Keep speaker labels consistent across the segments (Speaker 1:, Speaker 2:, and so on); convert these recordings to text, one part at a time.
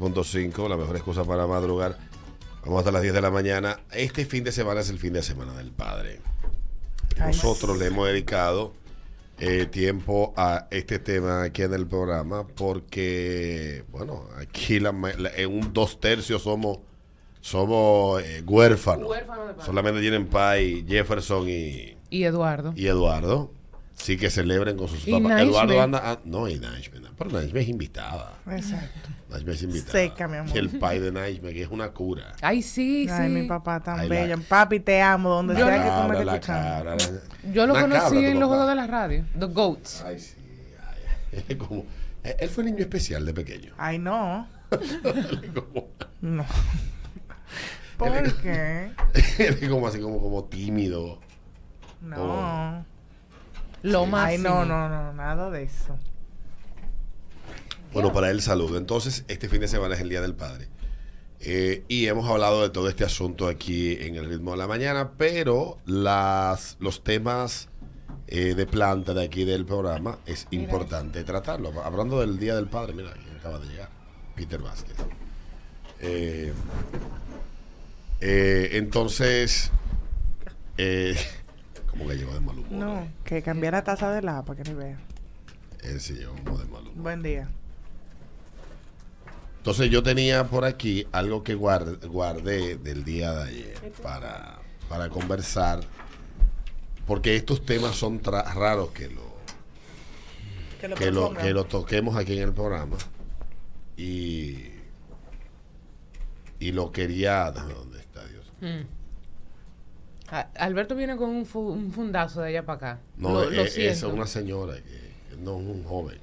Speaker 1: 96.5, la mejor excusa para madrugar. Vamos hasta las 10 de la mañana. Este fin de semana es el fin de semana del padre. Nosotros le hemos dedicado eh, tiempo a este tema aquí en el programa porque, bueno, aquí la ma- la- en un dos tercios somos, somos eh, huérfanos.
Speaker 2: Huérfanos de padre.
Speaker 1: Solamente tienen Pai, Jefferson y,
Speaker 2: Y Eduardo.
Speaker 1: y Eduardo. Sí que celebren con sus
Speaker 2: Y
Speaker 1: papás.
Speaker 2: Naishme.
Speaker 1: Eduardo anda... a- no, y Naishme, no. Pero Naishme es invitada.
Speaker 3: Exacto.
Speaker 1: Naishme es invitada.
Speaker 3: Seca, mi amor.
Speaker 1: Y el pai de Naishme, que es una cura.
Speaker 2: Ay, sí,
Speaker 3: Ay,
Speaker 2: sí.
Speaker 3: mi papá tan
Speaker 1: Ay, la-
Speaker 3: bello. Papi, te amo, donde
Speaker 1: La
Speaker 3: sea que tú me
Speaker 1: cabra,
Speaker 3: estés
Speaker 1: la
Speaker 3: escuchando.
Speaker 1: cabra, la-
Speaker 2: Yo lo
Speaker 1: Una
Speaker 2: conocí
Speaker 1: cabra, tu
Speaker 2: en los
Speaker 1: papá.
Speaker 2: juegos de la radio. The Goats.
Speaker 1: Ay, sí. ay, ay. Como- eh, él fue niño especial de pequeño.
Speaker 3: Ay, no.
Speaker 1: Como-
Speaker 3: No. ¿Por qué?
Speaker 1: él es como así, como, como tímido. Oh.
Speaker 3: No.
Speaker 2: Lo máximo.
Speaker 3: Ay, no, no, no, nada de eso.
Speaker 1: Bueno, para él saludo. Entonces, este fin de semana es el Día del Padre. Eh, y hemos hablado de todo este asunto aquí en el ritmo de la mañana, pero las, los temas eh, de planta de aquí del programa es importante tratarlo. Hablando del Día del Padre, mira, que acaba de llegar, Peter Vázquez. Eh, eh, entonces, eh, ¿cómo que llegó de mal humor?
Speaker 3: No,
Speaker 1: eh?
Speaker 3: que cambié la taza de la para que no vea.
Speaker 1: Él se llegó como de mal humor.
Speaker 3: Buen día.
Speaker 1: Entonces yo tenía por aquí algo que guard- guardé del día de ayer para, para conversar, porque estos temas son tra- raros que lo,
Speaker 3: Que lo
Speaker 1: que, lo, que lo toquemos aquí en el programa. Y, y lo quería... déjame ver ¿Dónde está Dios?
Speaker 2: Mm. A- Alberto viene con un, fu- un fundazo de allá para acá.
Speaker 1: No,
Speaker 2: lo, lo
Speaker 1: e- es,
Speaker 2: siento.
Speaker 1: una señora, que, que no es un joven,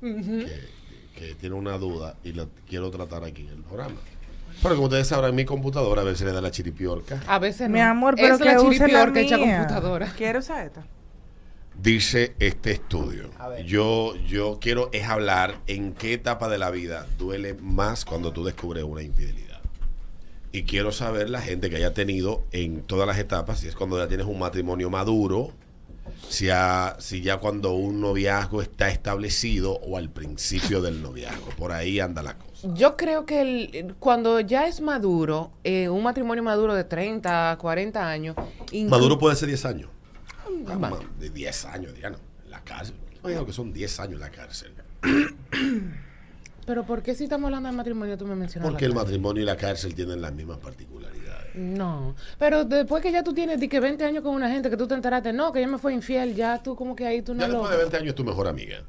Speaker 1: que, que tiene una duda y la quiero tratar aquí en el programa. Pero como ustedes sabrán, mi computadora a veces le da la chiripiorca.
Speaker 2: A veces no.
Speaker 3: Mi amor, pero
Speaker 2: es
Speaker 3: que
Speaker 2: la
Speaker 3: use la
Speaker 2: chiripiorca
Speaker 3: mía.
Speaker 2: hecha computadora.
Speaker 3: ¿Quiere usar esta?
Speaker 1: dice este estudio. Yo, yo quiero es hablar en qué etapa de la vida duele más cuando tú descubres una infidelidad. Y quiero saber la gente que haya tenido en todas las etapas, si es cuando ya tienes un matrimonio maduro, si, ya- si ya cuando un noviazgo está establecido o al principio del noviazgo. Por ahí anda la cosa.
Speaker 2: Yo creo que el- cuando ya es maduro, eh, un matrimonio maduro de 30, 40 años. inclu-
Speaker 1: Maduro puede ser 10 años. Ah,
Speaker 2: Ma-
Speaker 1: ma- De 10 años, Diana, en la cárcel. Imagino que son 10 años en la cárcel.
Speaker 2: Pero ¿por qué si estamos hablando de matrimonio tú me mencionas?
Speaker 1: Porque
Speaker 2: la
Speaker 1: el
Speaker 2: cárcel?
Speaker 1: matrimonio y la cárcel tienen las mismas particularidades.
Speaker 2: No, pero después que ya tú tienes di que 20 años con una gente que tú te enteraste, no, que ella me fue infiel, ya tú como que ahí tú no
Speaker 1: Ya
Speaker 2: lo...
Speaker 1: después de 20 años es tu mejor amiga.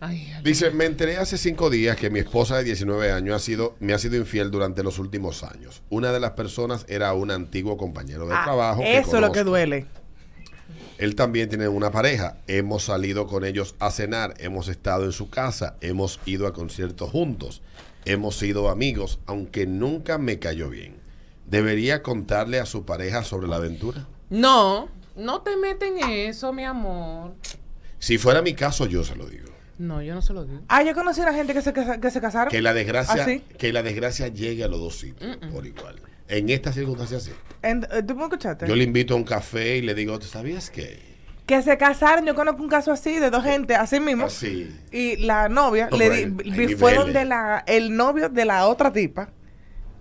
Speaker 2: Ay, al-
Speaker 1: Dice, me enteré hace cinco días que mi esposa de 19 años ha sido, me ha sido infiel durante los últimos años. Una de las personas era un antiguo compañero de
Speaker 3: Ah,
Speaker 1: trabajo. que
Speaker 3: eso es lo que
Speaker 1: conozco.
Speaker 3: duele.
Speaker 1: Él también tiene una pareja. Hemos salido con ellos a cenar, hemos estado en su casa, hemos ido a conciertos juntos, hemos sido amigos, aunque nunca me cayó bien. ¿Debería contarle a su pareja sobre la aventura?
Speaker 2: No, no te meten en eso, mi amor.
Speaker 1: Si fuera mi caso, yo se lo digo.
Speaker 2: No, yo no se lo digo.
Speaker 3: Ah, yo conocí a una gente que se, casa- que se casaron.
Speaker 1: Que la desgracia,
Speaker 3: ¿Ah, sí?
Speaker 1: que la desgracia llegue a los dos sitios por igual. En estas circunstancias sí.
Speaker 3: En- eh, ¿Tú me escuchaste?
Speaker 1: Yo le invito a un café y le digo, ¿tú sabías qué?
Speaker 3: Que se casaron. Yo conozco un caso así de dos gente, así mismo.
Speaker 1: Así.
Speaker 3: Y la novia,
Speaker 1: Ah, No,
Speaker 3: le
Speaker 1: pero
Speaker 3: di-
Speaker 1: hay- hay
Speaker 3: vi- fueron
Speaker 1: niveles.
Speaker 3: de la, el novio de la otra tipa.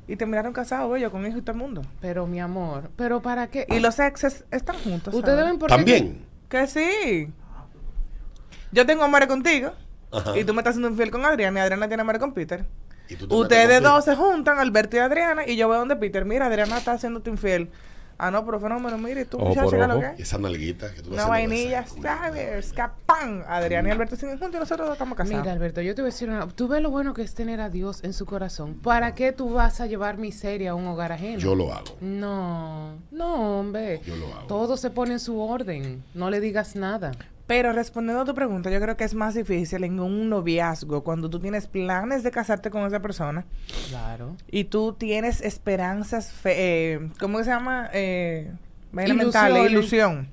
Speaker 3: Y terminaron casados, ellos con hijo y todo el mundo.
Speaker 2: Pero, mi amor, pero ¿para qué?
Speaker 3: Y los exes están juntos.
Speaker 2: Ustedes
Speaker 3: ¿sabes?
Speaker 2: ven por qué-
Speaker 1: También.
Speaker 3: Que sí. Yo tengo amor contigo.
Speaker 1: Ajá.
Speaker 3: Y tú me estás haciendo infiel con Adriana. Y Adriana tiene amor con Peter.
Speaker 1: Y tú te
Speaker 3: Ustedes
Speaker 1: metes con-
Speaker 3: dos se juntan, Alberto y Adriana. Y yo voy donde Peter. Mira, Adriana está haciéndote infiel. Ah, no, pero fenómeno. Mira, y tú,
Speaker 4: Ojo
Speaker 3: muchacha,
Speaker 4: por
Speaker 3: ¿qué es lo
Speaker 4: ojo.
Speaker 3: que es?
Speaker 1: Esa nalguita que tú
Speaker 3: Una
Speaker 1: haciendo
Speaker 3: vainilla,
Speaker 1: ese culo.
Speaker 3: ¿sabes? Capán. Adriana y Alberto siguen juntos y nosotros dos estamos casados.
Speaker 2: Mira, Alberto, yo te voy a decir una... Tú ves lo bueno que es tener a Dios en su corazón. ¿Para qué tú vas a llevar miseria a un hogar ajeno?
Speaker 1: Yo lo hago.
Speaker 2: No, no, hombre.
Speaker 1: Yo lo hago.
Speaker 2: Todo se pone en su orden. No le digas nada.
Speaker 3: Pero respondiendo a tu pregunta, yo creo que es más difícil en un noviazgo cuando tú tienes planes de casarte con esa persona
Speaker 2: Claro.
Speaker 3: y tú tienes esperanzas, fe- eh, ¿cómo se llama? Eh, vaina
Speaker 2: Ilusiones.
Speaker 3: mental, ilusión.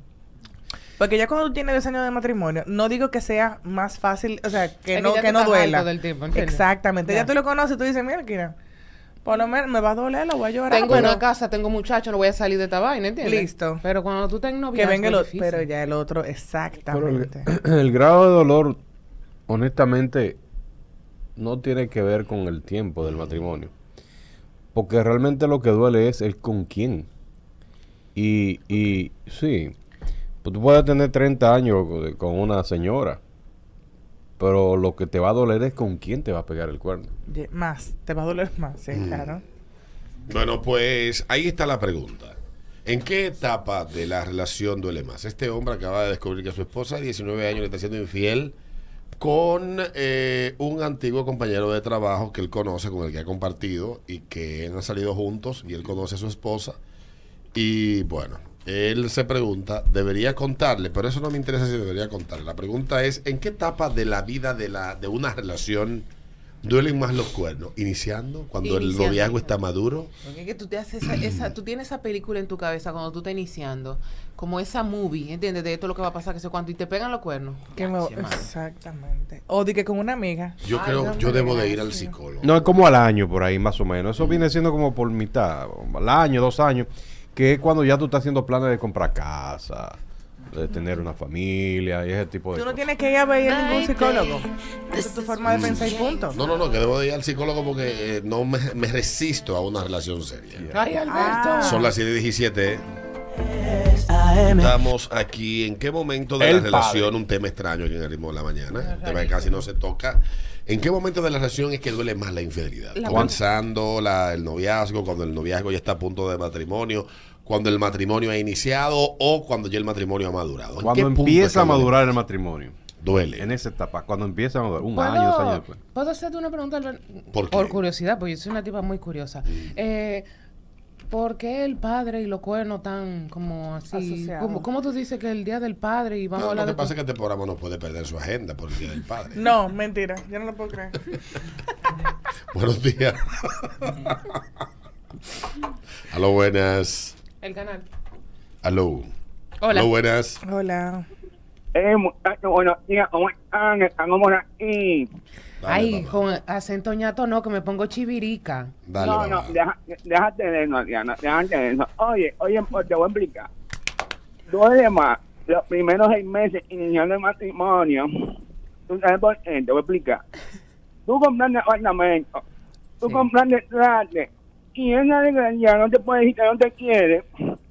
Speaker 3: Porque ya cuando tú tienes dos años de matrimonio, no digo que sea más fácil, o sea,
Speaker 2: Es
Speaker 3: que
Speaker 2: que
Speaker 3: no,
Speaker 2: ya
Speaker 3: que,
Speaker 2: tú
Speaker 3: no
Speaker 2: estás
Speaker 3: duela.
Speaker 2: harto del tiempo, ¿entiendes?
Speaker 3: Exactamente.
Speaker 2: Ya.
Speaker 3: Ya tú lo conoces y tú dices, mira, Kira, por lo menos me va a doler, lo voy a llorar.
Speaker 2: Tengo
Speaker 3: pero
Speaker 2: una casa, tengo muchachos, no voy a salir de esta vaina, ¿entiendes?
Speaker 3: Listo.
Speaker 2: Pero cuando tú te
Speaker 3: Que
Speaker 2: noviazgo
Speaker 3: venga el
Speaker 2: es
Speaker 3: otro.
Speaker 2: difícil.
Speaker 3: Pero ya el otro,
Speaker 4: Pero el,
Speaker 3: exactamente.
Speaker 4: el grado de dolor, honestamente, no tiene que ver con el tiempo del matrimonio. Porque realmente lo que duele es el con quién. Y, y sí, pues tú puedes tener 30 años co- con una señora, pero lo que te va a doler es con quién te va a pegar el cuerno.
Speaker 3: Ye- Más, te va a doler más, sí, claro.
Speaker 1: Bueno, pues ahí está la pregunta. ¿En qué etapa de la relación duele más? Este hombre acaba de descubrir que su esposa de 19 años le está siendo infiel con eh, un antiguo compañero de trabajo que él conoce, con el que ha compartido y que han salido juntos y él conoce a su esposa. Y bueno, él se pregunta, debería contarle, pero eso no me interesa si debería contarle. La pregunta es, ¿en qué etapa de la vida de, la, de una relación duelen más los cuernos? ¿Iniciando? ¿Cuando
Speaker 2: Iniciando.
Speaker 1: el noviazgo está maduro?
Speaker 2: Porque es que tú te haces esa, esa- tú tienes esa película en tu cabeza cuando tú estás iniciando, como esa movie, ¿entiendes? De esto es lo que va a pasar, que sé cuánto, y te pegan los cuernos.
Speaker 3: Que me- exactamente. O di que con una amiga.
Speaker 1: Yo
Speaker 2: Ay,
Speaker 1: creo,
Speaker 2: no
Speaker 1: yo
Speaker 2: me
Speaker 1: debo de
Speaker 2: digas
Speaker 1: ir al
Speaker 3: eso.
Speaker 1: psicólogo.
Speaker 4: No es como al año por ahí, más o menos. Eso viene siendo como por mitad, al año, dos años, que es cuando ya tú estás haciendo planes de comprar casa, de tener una familia y ese tipo de
Speaker 3: Tú no
Speaker 4: cosas.
Speaker 3: tienes que ir a ver a ningún psicólogo. Esa es tu forma de pensar y punto.
Speaker 1: No, no, no, que debo de ir al psicólogo porque eh, no me, me resisto a una relación seria.
Speaker 2: Ay, Alberto.
Speaker 3: Ah.
Speaker 1: Son las 7 y 17. Estamos aquí. ¿En qué momento de
Speaker 4: El
Speaker 1: la relación?
Speaker 4: padre.
Speaker 1: Un tema extraño aquí en el ritmo de la mañana. Un tema que casi no se toca. ¿En qué momento de la relación es que duele más la infidelidad?
Speaker 2: La-
Speaker 1: Comenzando la- el noviazgo, cuando el noviazgo ya está a punto de matrimonio, cuando el matrimonio ha iniciado o cuando ya el matrimonio ha madurado. ¿En qué
Speaker 4: Cuando
Speaker 1: punto es que
Speaker 4: empieza a
Speaker 1: duele?
Speaker 4: madurar el matrimonio,
Speaker 1: Duele.
Speaker 4: en esa etapa, cuando empieza a madurar, un
Speaker 2: ¿Puedo,
Speaker 4: año, dos años después.
Speaker 2: ¿Puedo hacerte una pregunta? Albert?
Speaker 1: ¿Por qué?
Speaker 2: curiosidad, porque yo soy una tipa muy curiosa. Eh, ¿Por qué el padre y los cuernos tan como así?
Speaker 3: Asociados.
Speaker 2: ¿Cómo, cómo tú dices que el día del padre y vamos a
Speaker 1: No,
Speaker 2: hablar
Speaker 1: lo que
Speaker 2: de
Speaker 1: pasa es que este programa no puede perder su agenda por el Día del Padre.
Speaker 3: No, mentira. Yo no lo puedo creer.
Speaker 1: Buenos días. Aló, buenas.
Speaker 2: el canal?
Speaker 1: Aló.
Speaker 2: Hola.
Speaker 1: Aló, buenas.
Speaker 3: Hola.
Speaker 5: Eh, muchachos, buenos días, ¿cómo están? Estamos por aquí.
Speaker 1: Dale,
Speaker 2: Ay,
Speaker 1: papá.
Speaker 2: con acento ñato no, que me pongo chivirica.
Speaker 1: Dale,
Speaker 5: no,
Speaker 1: papá.
Speaker 5: no, deja- déjate de eso, Diana, déjate de eso. Oye, oye, pues, te voy a explicar. Duele más los primeros seis meses iniciando el matrimonio. Tú sabes por qué, te voy a explicar. Tú comprando apartamento, tú
Speaker 2: Sí.
Speaker 5: comprando traste, y esa desgracia no te puede decir que no te quiere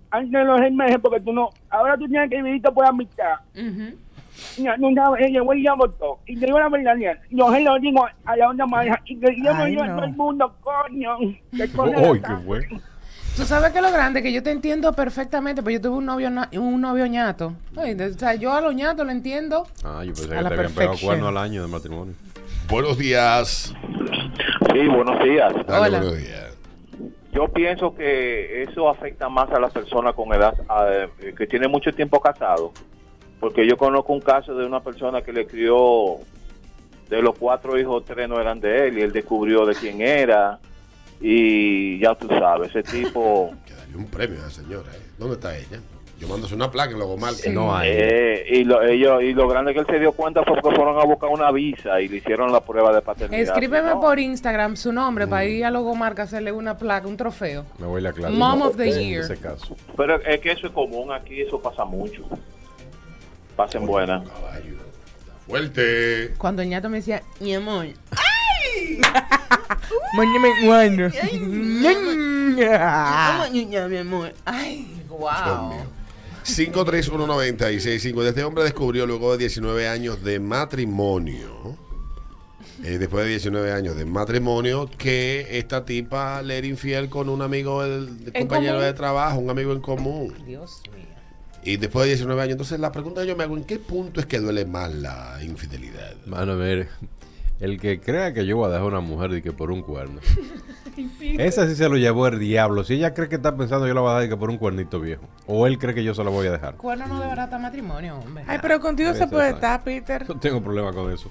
Speaker 5: antes de los seis meses porque tú no, ahora tú tienes que vivirte por la mitad.
Speaker 2: Ujú.
Speaker 5: Mira, nunca eh, llegó el día votó. Y te digo la verdad, Daniel, yo se lo digo a la otra pareja. Y que yo no
Speaker 3: Ay,
Speaker 5: digo
Speaker 3: no.
Speaker 5: a todo el mundo, coño. que
Speaker 4: Oh,
Speaker 5: coño
Speaker 4: ¡Ay,
Speaker 5: la
Speaker 4: qué
Speaker 5: cara.
Speaker 4: bueno!
Speaker 2: Tú sabes que lo grande, que yo te entiendo perfectamente, pero yo tuve un novio na- un novio ñato. Ay, de- o sea, yo a los ñatos lo entiendo.
Speaker 4: Ah, yo pensé
Speaker 3: A
Speaker 4: que
Speaker 3: la
Speaker 4: te habían pegado
Speaker 3: perfección.
Speaker 4: cuerno al año de matrimonio.
Speaker 1: Buenos días.
Speaker 6: Sí, buenos días.
Speaker 1: Dale,
Speaker 2: Hola.
Speaker 1: buenos días.
Speaker 6: Yo pienso que eso afecta más a las personas con edad eh, que tiene mucho tiempo casado, porque yo conozco un caso de una persona que le crió de los cuatro hijos tres no eran de él y él descubrió de quién era y ya tú sabes ese tipo
Speaker 1: Que dale un premio a esa señora. ¿eh? ¿Dónde está ella? Yo mando una placa y luego mal.
Speaker 2: Sí.
Speaker 4: No hay.
Speaker 6: eh, y lo ellos y lo grande que él se dio cuenta fue porque fueron a buscar una visa y le hicieron la prueba de paternidad.
Speaker 2: Escríbeme
Speaker 6: No,
Speaker 2: por Instagram su nombre para ir a Logomarca a hacerle una placa, un trofeo.
Speaker 4: Me voy a la clase.
Speaker 2: Mom of the
Speaker 4: En
Speaker 2: year.
Speaker 4: ese caso.
Speaker 6: Pero es que eso es común aquí, eso pasa mucho. Pasen buenas.
Speaker 1: Caballo. Está Fuerte.
Speaker 2: Cuando el ñato me decía, mi amor,
Speaker 3: Moño me encuentro. Ñaña.
Speaker 2: mi amor, ay,
Speaker 1: Dios
Speaker 2: wow.
Speaker 1: mío. 5319650. Este hombre descubrió luego de 19 años de matrimonio, eh, después de 19 años de matrimonio, que esta tipa le era infiel con un amigo, del del
Speaker 2: ¿En
Speaker 1: compañero
Speaker 2: común?
Speaker 1: de trabajo, un amigo en común.
Speaker 2: Dios mío.
Speaker 1: Y después de 19 años, entonces la pregunta que yo me hago, ¿en qué punto es que duele más la infidelidad?
Speaker 4: Mano, mire. El que crea que yo voy a dejar a una mujer y que por un cuerno. Esa sí se lo llevó el diablo. Si ella cree que está pensando yo la voy a dejar y que por un cuernito viejo. O él cree que yo se la voy a dejar.
Speaker 2: Cuerno no deberá estar matrimonio, hombre.
Speaker 3: Ay, pero contigo se
Speaker 4: Eso
Speaker 3: puede
Speaker 4: está.
Speaker 3: estar, Peter.
Speaker 4: No tengo problema con eso.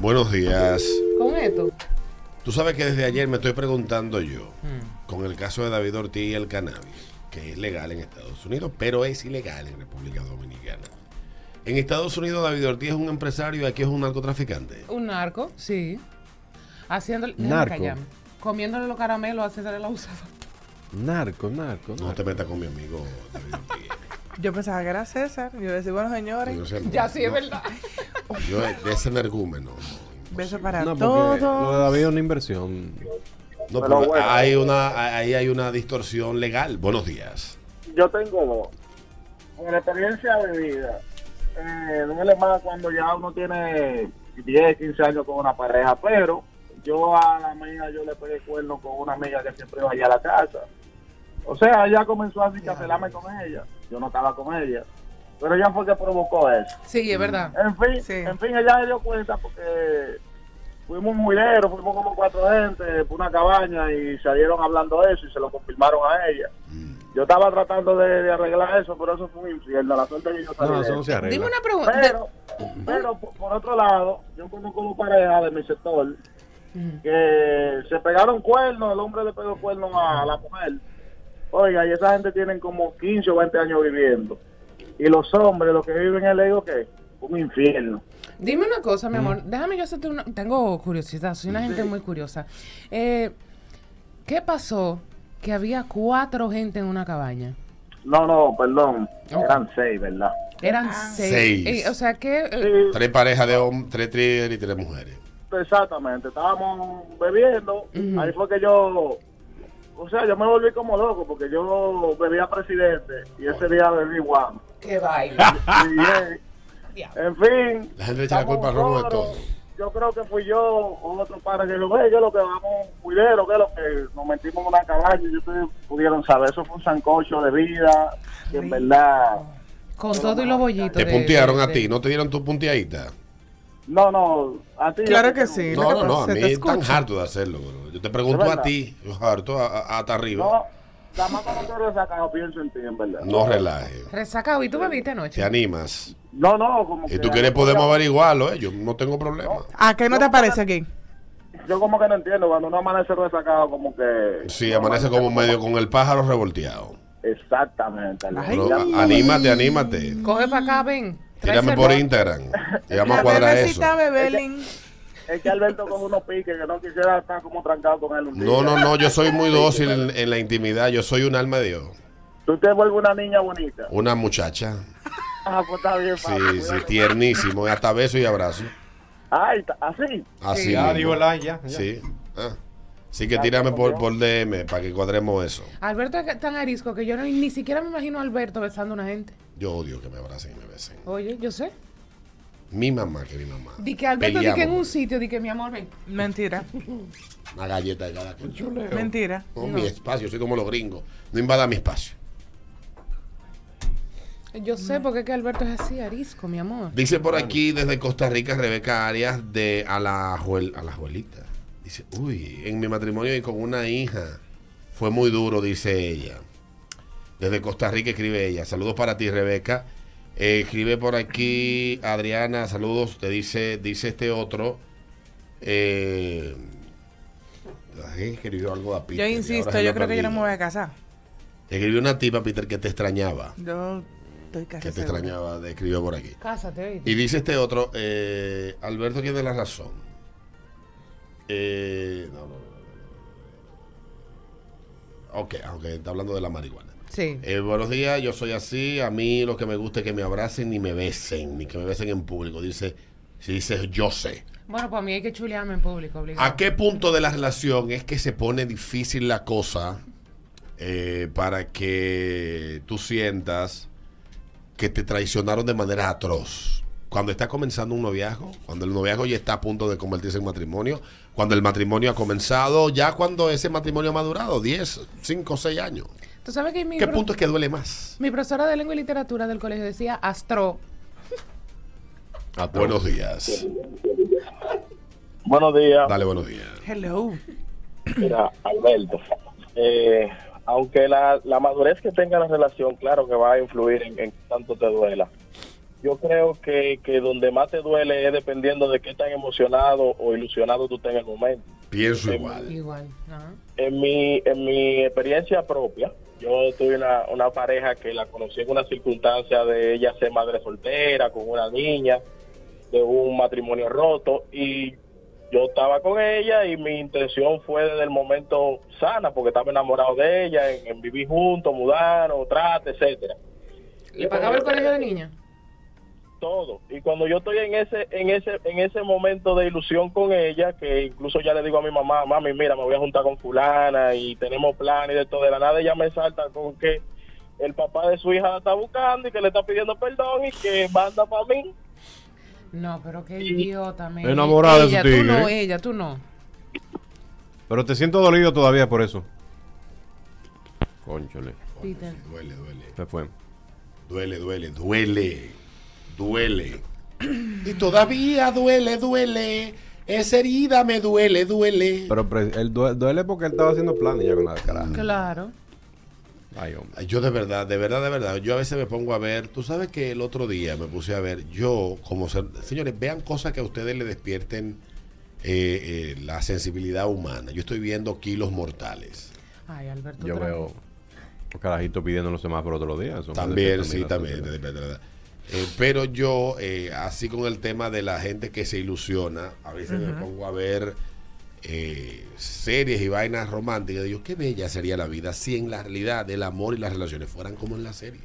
Speaker 1: Buenos días.
Speaker 2: Con esto.
Speaker 1: Tú sabes que desde ayer me estoy preguntando yo,
Speaker 3: Mm.
Speaker 1: con el caso de David Ortiz y el cannabis, que es legal en Estados Unidos, pero es ilegal en República Dominicana. En Estados Unidos David Ortiz es un empresario y aquí es un narcotraficante.
Speaker 2: Un narco, sí. Haciéndole. déjame
Speaker 4: Narco.
Speaker 2: callarme. Comiéndole los caramelos a César el abusador.
Speaker 4: Narco, narco.
Speaker 1: No
Speaker 4: narco.
Speaker 1: te metas con mi amigo David Ortiz.
Speaker 3: Yo pensaba que era César. Yo decía, bueno,
Speaker 1: Yo no
Speaker 3: señores.
Speaker 1: sé,
Speaker 2: Ya sí es
Speaker 1: no,
Speaker 2: verdad.
Speaker 1: Yo de ese energúmeno. no.
Speaker 3: Beso para
Speaker 4: No, porque lo de
Speaker 3: todos.
Speaker 4: David es una inversión.
Speaker 1: No,
Speaker 7: Pero
Speaker 1: porque
Speaker 7: bueno.
Speaker 1: hay una, ahí hay una distorsión legal. Buenos días.
Speaker 8: yo tengo dos. En la experiencia de vida, eh, duele más cuando ya uno tiene 10, 15 años con una pareja, pero yo a la mía yo le pegué cuerno con una amiga que siempre iba allá a la casa. O sea, ella comenzó a cicatelarme con ella. Yo no estaba con ella. Pero ella fue que provocó eso.
Speaker 2: Sí, es verdad.
Speaker 8: En fin,
Speaker 3: Sí.
Speaker 8: en fin, ella se dio cuenta porque fuimos un juidero, fuimos como cuatro gente por una cabaña y salieron hablando de eso y se lo confirmaron a ella.
Speaker 4: Mm.
Speaker 8: Yo estaba tratando de, de arreglar eso, pero eso fue un infierno. La suerte que yo salí
Speaker 4: No,
Speaker 8: de
Speaker 4: eso
Speaker 8: eso.
Speaker 4: no se arregla.
Speaker 2: Dime una Mm. pregunta.
Speaker 8: Pero, pero por, por otro lado, yo conozco una pareja de mi sector
Speaker 2: Mm.
Speaker 8: que se pegaron cuernos, el hombre le pegó cuernos a la mujer. Oiga, y esa gente tienen como 15 o 20 años viviendo. Y los hombres, los que viven en el ego, ¿qué? Un infierno.
Speaker 2: Dime una cosa, mi
Speaker 1: Mm.
Speaker 2: amor. Déjame yo hacerte una... Tengo curiosidad, soy una gente muy curiosa. Eh, ¿Qué pasó que había cuatro gente en una cabaña?
Speaker 8: No, no, perdón.
Speaker 2: Ok.
Speaker 8: Eran seis, ¿verdad?
Speaker 2: Eran
Speaker 8: Ah.
Speaker 2: seis.
Speaker 1: Ah, Seis.
Speaker 2: Eh, o sea que...
Speaker 8: Sí,
Speaker 2: eh,
Speaker 1: Tres parejas de hombres, tres tríos y tres mujeres.
Speaker 8: exactamente. Estábamos bebiendo.
Speaker 2: Ujú.
Speaker 8: Ahí fue que yo... O sea, yo me volví como loco porque yo bebía presidente y ese día bebí guam.
Speaker 2: ¡Qué vaina!
Speaker 8: Y, eh, en fin.
Speaker 1: La gente le echa la
Speaker 8: estamos
Speaker 1: culpa a Romo
Speaker 8: solos.
Speaker 1: de todo.
Speaker 8: Yo creo que fui yo o otro padre que dijo, "Ve, yo lo que vamos, a un cuidero, que lo que nos metimos en una cabaña y ustedes pudieron saber, eso fue un sancocho de vida, que en
Speaker 3: Rico.
Speaker 8: verdad,
Speaker 2: Con todo y los bollitos.
Speaker 1: Te
Speaker 2: de-
Speaker 1: puntearon
Speaker 2: de-
Speaker 1: a
Speaker 3: este-
Speaker 2: de-
Speaker 1: ti, no te dieron tu punteadita.
Speaker 8: no, no, a ti.
Speaker 3: Claro
Speaker 8: yo
Speaker 3: que
Speaker 8: te-
Speaker 3: sí. lo
Speaker 1: No, no,
Speaker 3: que
Speaker 1: no,
Speaker 3: pasa,
Speaker 1: a
Speaker 3: se
Speaker 1: mí
Speaker 3: te
Speaker 1: tan
Speaker 3: escucha.
Speaker 1: harto de hacerlo. bro. Yo te pregunto
Speaker 8: Es
Speaker 1: a
Speaker 8: verdad.
Speaker 1: ti, yo harto a- a- hasta arriba.
Speaker 8: No, la más cuando tú eres sacado pienso en ti, en verdad.
Speaker 1: No relaje.
Speaker 2: Resacado, ¿y tú bebiste anoche?
Speaker 1: Te animas.
Speaker 8: No, no, como
Speaker 1: Si
Speaker 8: que-
Speaker 1: tú quieres podemos averiguarlo, ¿eh? yo no tengo problema.
Speaker 3: ¿A qué no te aparece aquí?
Speaker 8: Yo como que no entiendo, cuando uno amanece resacado, como que...
Speaker 1: Sí,
Speaker 8: no
Speaker 1: amanece como medio con el pájaro revolteado.
Speaker 8: Exactamente.
Speaker 3: Ay,
Speaker 1: Pero
Speaker 8: Ya-
Speaker 1: a- anímate, anímate.
Speaker 2: Coge para acá, ven.
Speaker 1: Tírame
Speaker 2: tráeselo.
Speaker 1: por Instagram y vamos a
Speaker 3: La
Speaker 1: cuadrar eso.
Speaker 3: bebecita Bebelín.
Speaker 8: Es que Alberto con unos piques que no quisiera estar como trancado con él un día.
Speaker 1: No, no, no, yo soy muy dócil en, en la intimidad, yo soy un alma de Dios.
Speaker 8: Tú te vuelves una niña bonita.
Speaker 1: Una muchacha,
Speaker 8: Ah, pues está bien, papi,
Speaker 1: sí, sí,
Speaker 8: cuídate.
Speaker 1: tiernísimo, hasta beso y abrazo.
Speaker 8: Ay, ta- así.
Speaker 1: Así
Speaker 9: Ya,
Speaker 1: mismo.
Speaker 9: digo el ay, ya. ya.
Speaker 1: Sí. ah. Así que tírame por, por DM para que cuadremos eso.
Speaker 2: Alberto es tan arisco que yo no, ni siquiera me imagino a Alberto besando a una gente.
Speaker 1: Yo odio que me abracen y me besen.
Speaker 2: Oye, yo sé.
Speaker 1: Mi mamá, que mi mamá.
Speaker 2: Di que Alberto, di que en
Speaker 1: Peleamos.
Speaker 2: un sitio, di que mi amor, ven.
Speaker 3: Mentira,
Speaker 1: Una galleta de cada cosa.
Speaker 3: mentira.
Speaker 1: No, mi espacio, soy como los gringos. No invada mi espacio.
Speaker 2: Yo sé porque es que Alberto es así, arisco, mi amor.
Speaker 1: Dice por aquí desde Costa Rica Rebeca Arias de a la, abuelita. Dice, uy, en mi matrimonio y con una hija fue muy duro, dice ella. Desde Costa Rica escribe ella. Saludos para ti, Rebeca. Eh, escribe por aquí Adriana, saludos. Te dice, dice este otro. Eh, ay, escribió algo a Peter.
Speaker 3: Yo
Speaker 1: y ahora
Speaker 3: insisto,
Speaker 1: se me
Speaker 3: yo
Speaker 1: ha
Speaker 3: creo que yo no me
Speaker 1: perdido.
Speaker 3: voy a casar.
Speaker 1: Escribió una tipa, Peter, que te extrañaba.
Speaker 3: Yo estoy casi
Speaker 1: Que te
Speaker 3: segura.
Speaker 1: extrañaba, te escribió por aquí.
Speaker 2: Cásate, oíste.
Speaker 1: Y dice este otro, eh, Alberto tiene la razón. Eh, no, no, no, no, no. Ok, ok, está hablando de la marihuana.
Speaker 2: Sí.
Speaker 1: Eh, buenos días, yo soy así. A mí lo que me gusta es que me abracen ni me besen, ni que me besen en público. Dice, si dices yo sé.
Speaker 2: Bueno, para mí hay que chulearme en público, obligado.
Speaker 1: ¿A qué punto de la relación es que se pone difícil la cosa eh, para que tú sientas que te traicionaron de manera atroz? Cuando está comenzando un noviazgo, cuando el noviazgo ya está a punto de convertirse en matrimonio, cuando el matrimonio ha comenzado, ya cuando ese matrimonio ha madurado, 10, 5, 6 años.
Speaker 2: ¿Tú sabes que mi,
Speaker 1: ¿Qué
Speaker 2: pro-
Speaker 1: punto es que duele más?
Speaker 2: mi profesora de lengua y literatura del colegio decía astro?
Speaker 1: Buenos días.
Speaker 7: Buenos días.
Speaker 1: Dale, buenos días.
Speaker 3: Hello.
Speaker 7: Mira, Alberto, eh, aunque la, la madurez que tenga la relación, claro que va a influir en, en qué tanto te duela. Yo creo que, que donde más te duele es dependiendo de qué tan emocionado o ilusionado tú estés en el momento.
Speaker 1: Pienso igual.
Speaker 2: Igual. ajá.
Speaker 7: En mi, en mi experiencia propia, yo tuve una, una pareja que la conocí en una circunstancia de ella ser madre soltera, con una niña, de un matrimonio roto, y yo estaba con ella y mi intención fue desde el momento sana, porque estaba enamorado de ella, en, en vivir juntos, mudarnos, trate, etcétera.
Speaker 2: ¿Le pagaba el colegio de niña?
Speaker 10: todo. Y cuando yo estoy en ese, en ese, en ese momento de ilusión con ella, que incluso ya le digo a mi mamá, mami, mira, me voy a juntar con fulana y tenemos planes y de todo, de la nada ella me salta con que el papá de su hija la está buscando y que le está pidiendo perdón y que manda para mí.
Speaker 2: No, pero qué idiota, me.
Speaker 4: Enamorada de
Speaker 2: ella,
Speaker 4: su
Speaker 2: tú
Speaker 4: tigre.
Speaker 2: no, ella, tú no.
Speaker 4: Pero te siento dolido todavía por eso. Conchole,
Speaker 2: Peter.
Speaker 1: Duele, duele.
Speaker 4: se fue.
Speaker 1: Duele, duele, duele. Duele. Y todavía duele, duele. Esa herida me duele, duele.
Speaker 4: Pero pre- él due- duele porque él estaba haciendo planes ya con la cara.
Speaker 2: Claro.
Speaker 4: Ay, hombre.
Speaker 1: Yo de verdad, de verdad, de verdad, yo a veces me pongo a ver, tú sabes que el otro día me puse a ver, yo como ser, señores, vean cosas que a ustedes le despierten eh, eh, la sensibilidad humana. Yo estoy viendo kilos mortales.
Speaker 2: Ay, Alberto.
Speaker 4: Yo
Speaker 2: otra
Speaker 4: veo
Speaker 2: vez.
Speaker 4: un carajito pidiendo los semáforos todos los días. Eso me despierta
Speaker 1: También,
Speaker 4: a mí
Speaker 1: sí,
Speaker 4: la
Speaker 1: también.
Speaker 4: sensibilidad.
Speaker 1: de verdad. Eh, pero yo, eh, así con el tema de la gente que se ilusiona, a veces me pongo a ver eh, series y vainas románticas. Digo, qué bella sería la vida si en la realidad el amor y las relaciones fueran como en las series.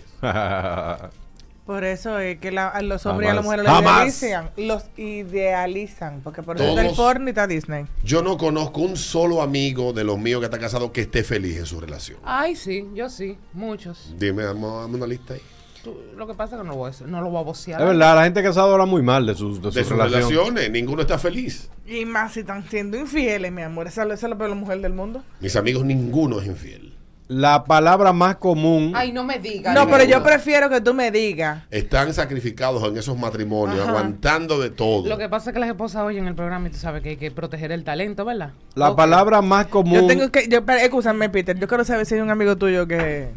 Speaker 3: Por eso es que la- a los hombres y a las
Speaker 4: Jamás.
Speaker 3: mujeres los
Speaker 1: Jamás.
Speaker 3: idealizan. Los idealizan. Porque por eso está el
Speaker 1: Todos.
Speaker 3: porno y está Disney.
Speaker 1: Yo no conozco un solo amigo de los míos que está casado que esté feliz en su relación.
Speaker 2: Ay, sí, yo sí, muchos.
Speaker 1: Dime, vamos dame una lista ahí.
Speaker 2: Tú- lo que pasa es que no lo voy a, Oh, no lo voy a
Speaker 4: Es
Speaker 2: vocear.
Speaker 4: verdad, la gente casada habla muy mal de sus, de
Speaker 1: De
Speaker 4: su
Speaker 1: sus
Speaker 4: relación.
Speaker 1: relaciones, ninguno está feliz.
Speaker 3: Y más si están siendo infieles, mi amor. Esa esa es la peor mujer del mundo.
Speaker 1: Mis amigos, ninguno es infiel.
Speaker 4: La palabra más común.
Speaker 2: Ay, no me digas.
Speaker 3: No, pero yo
Speaker 2: Alberto.
Speaker 3: prefiero que tú me digas.
Speaker 1: Están sacrificados en esos matrimonios,
Speaker 2: Ajá.
Speaker 1: aguantando de todo.
Speaker 2: Lo que pasa es que las esposas oyen el programa y tú sabes que hay que proteger el talento, ¿verdad?
Speaker 4: la
Speaker 2: Ok.
Speaker 4: palabra más común.
Speaker 3: Yo tengo que. Yo, espera, escúchame, Peter. Yo quiero saber si hay un amigo tuyo que.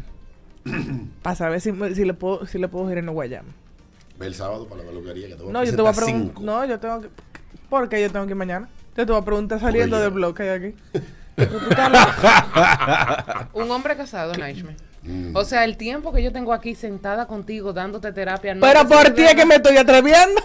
Speaker 3: para saber si, si le puedo si le puedo girar en Guayama.
Speaker 1: Ve el sábado para la peluquería que te voy a
Speaker 3: No, yo te voy a
Speaker 1: presentar
Speaker 3: preguntar.
Speaker 1: cinco.
Speaker 3: No, yo tengo que. ¿Por qué yo tengo que ir mañana? Yo te voy a preguntar saliendo
Speaker 1: yo-
Speaker 3: del bloque de aquí.
Speaker 2: Un hombre casado, Naishme. O sea, el tiempo que yo tengo aquí sentada contigo, dándote terapia. no
Speaker 3: Pero
Speaker 2: te
Speaker 3: por
Speaker 2: sirve
Speaker 3: ti es que me estoy atreviendo.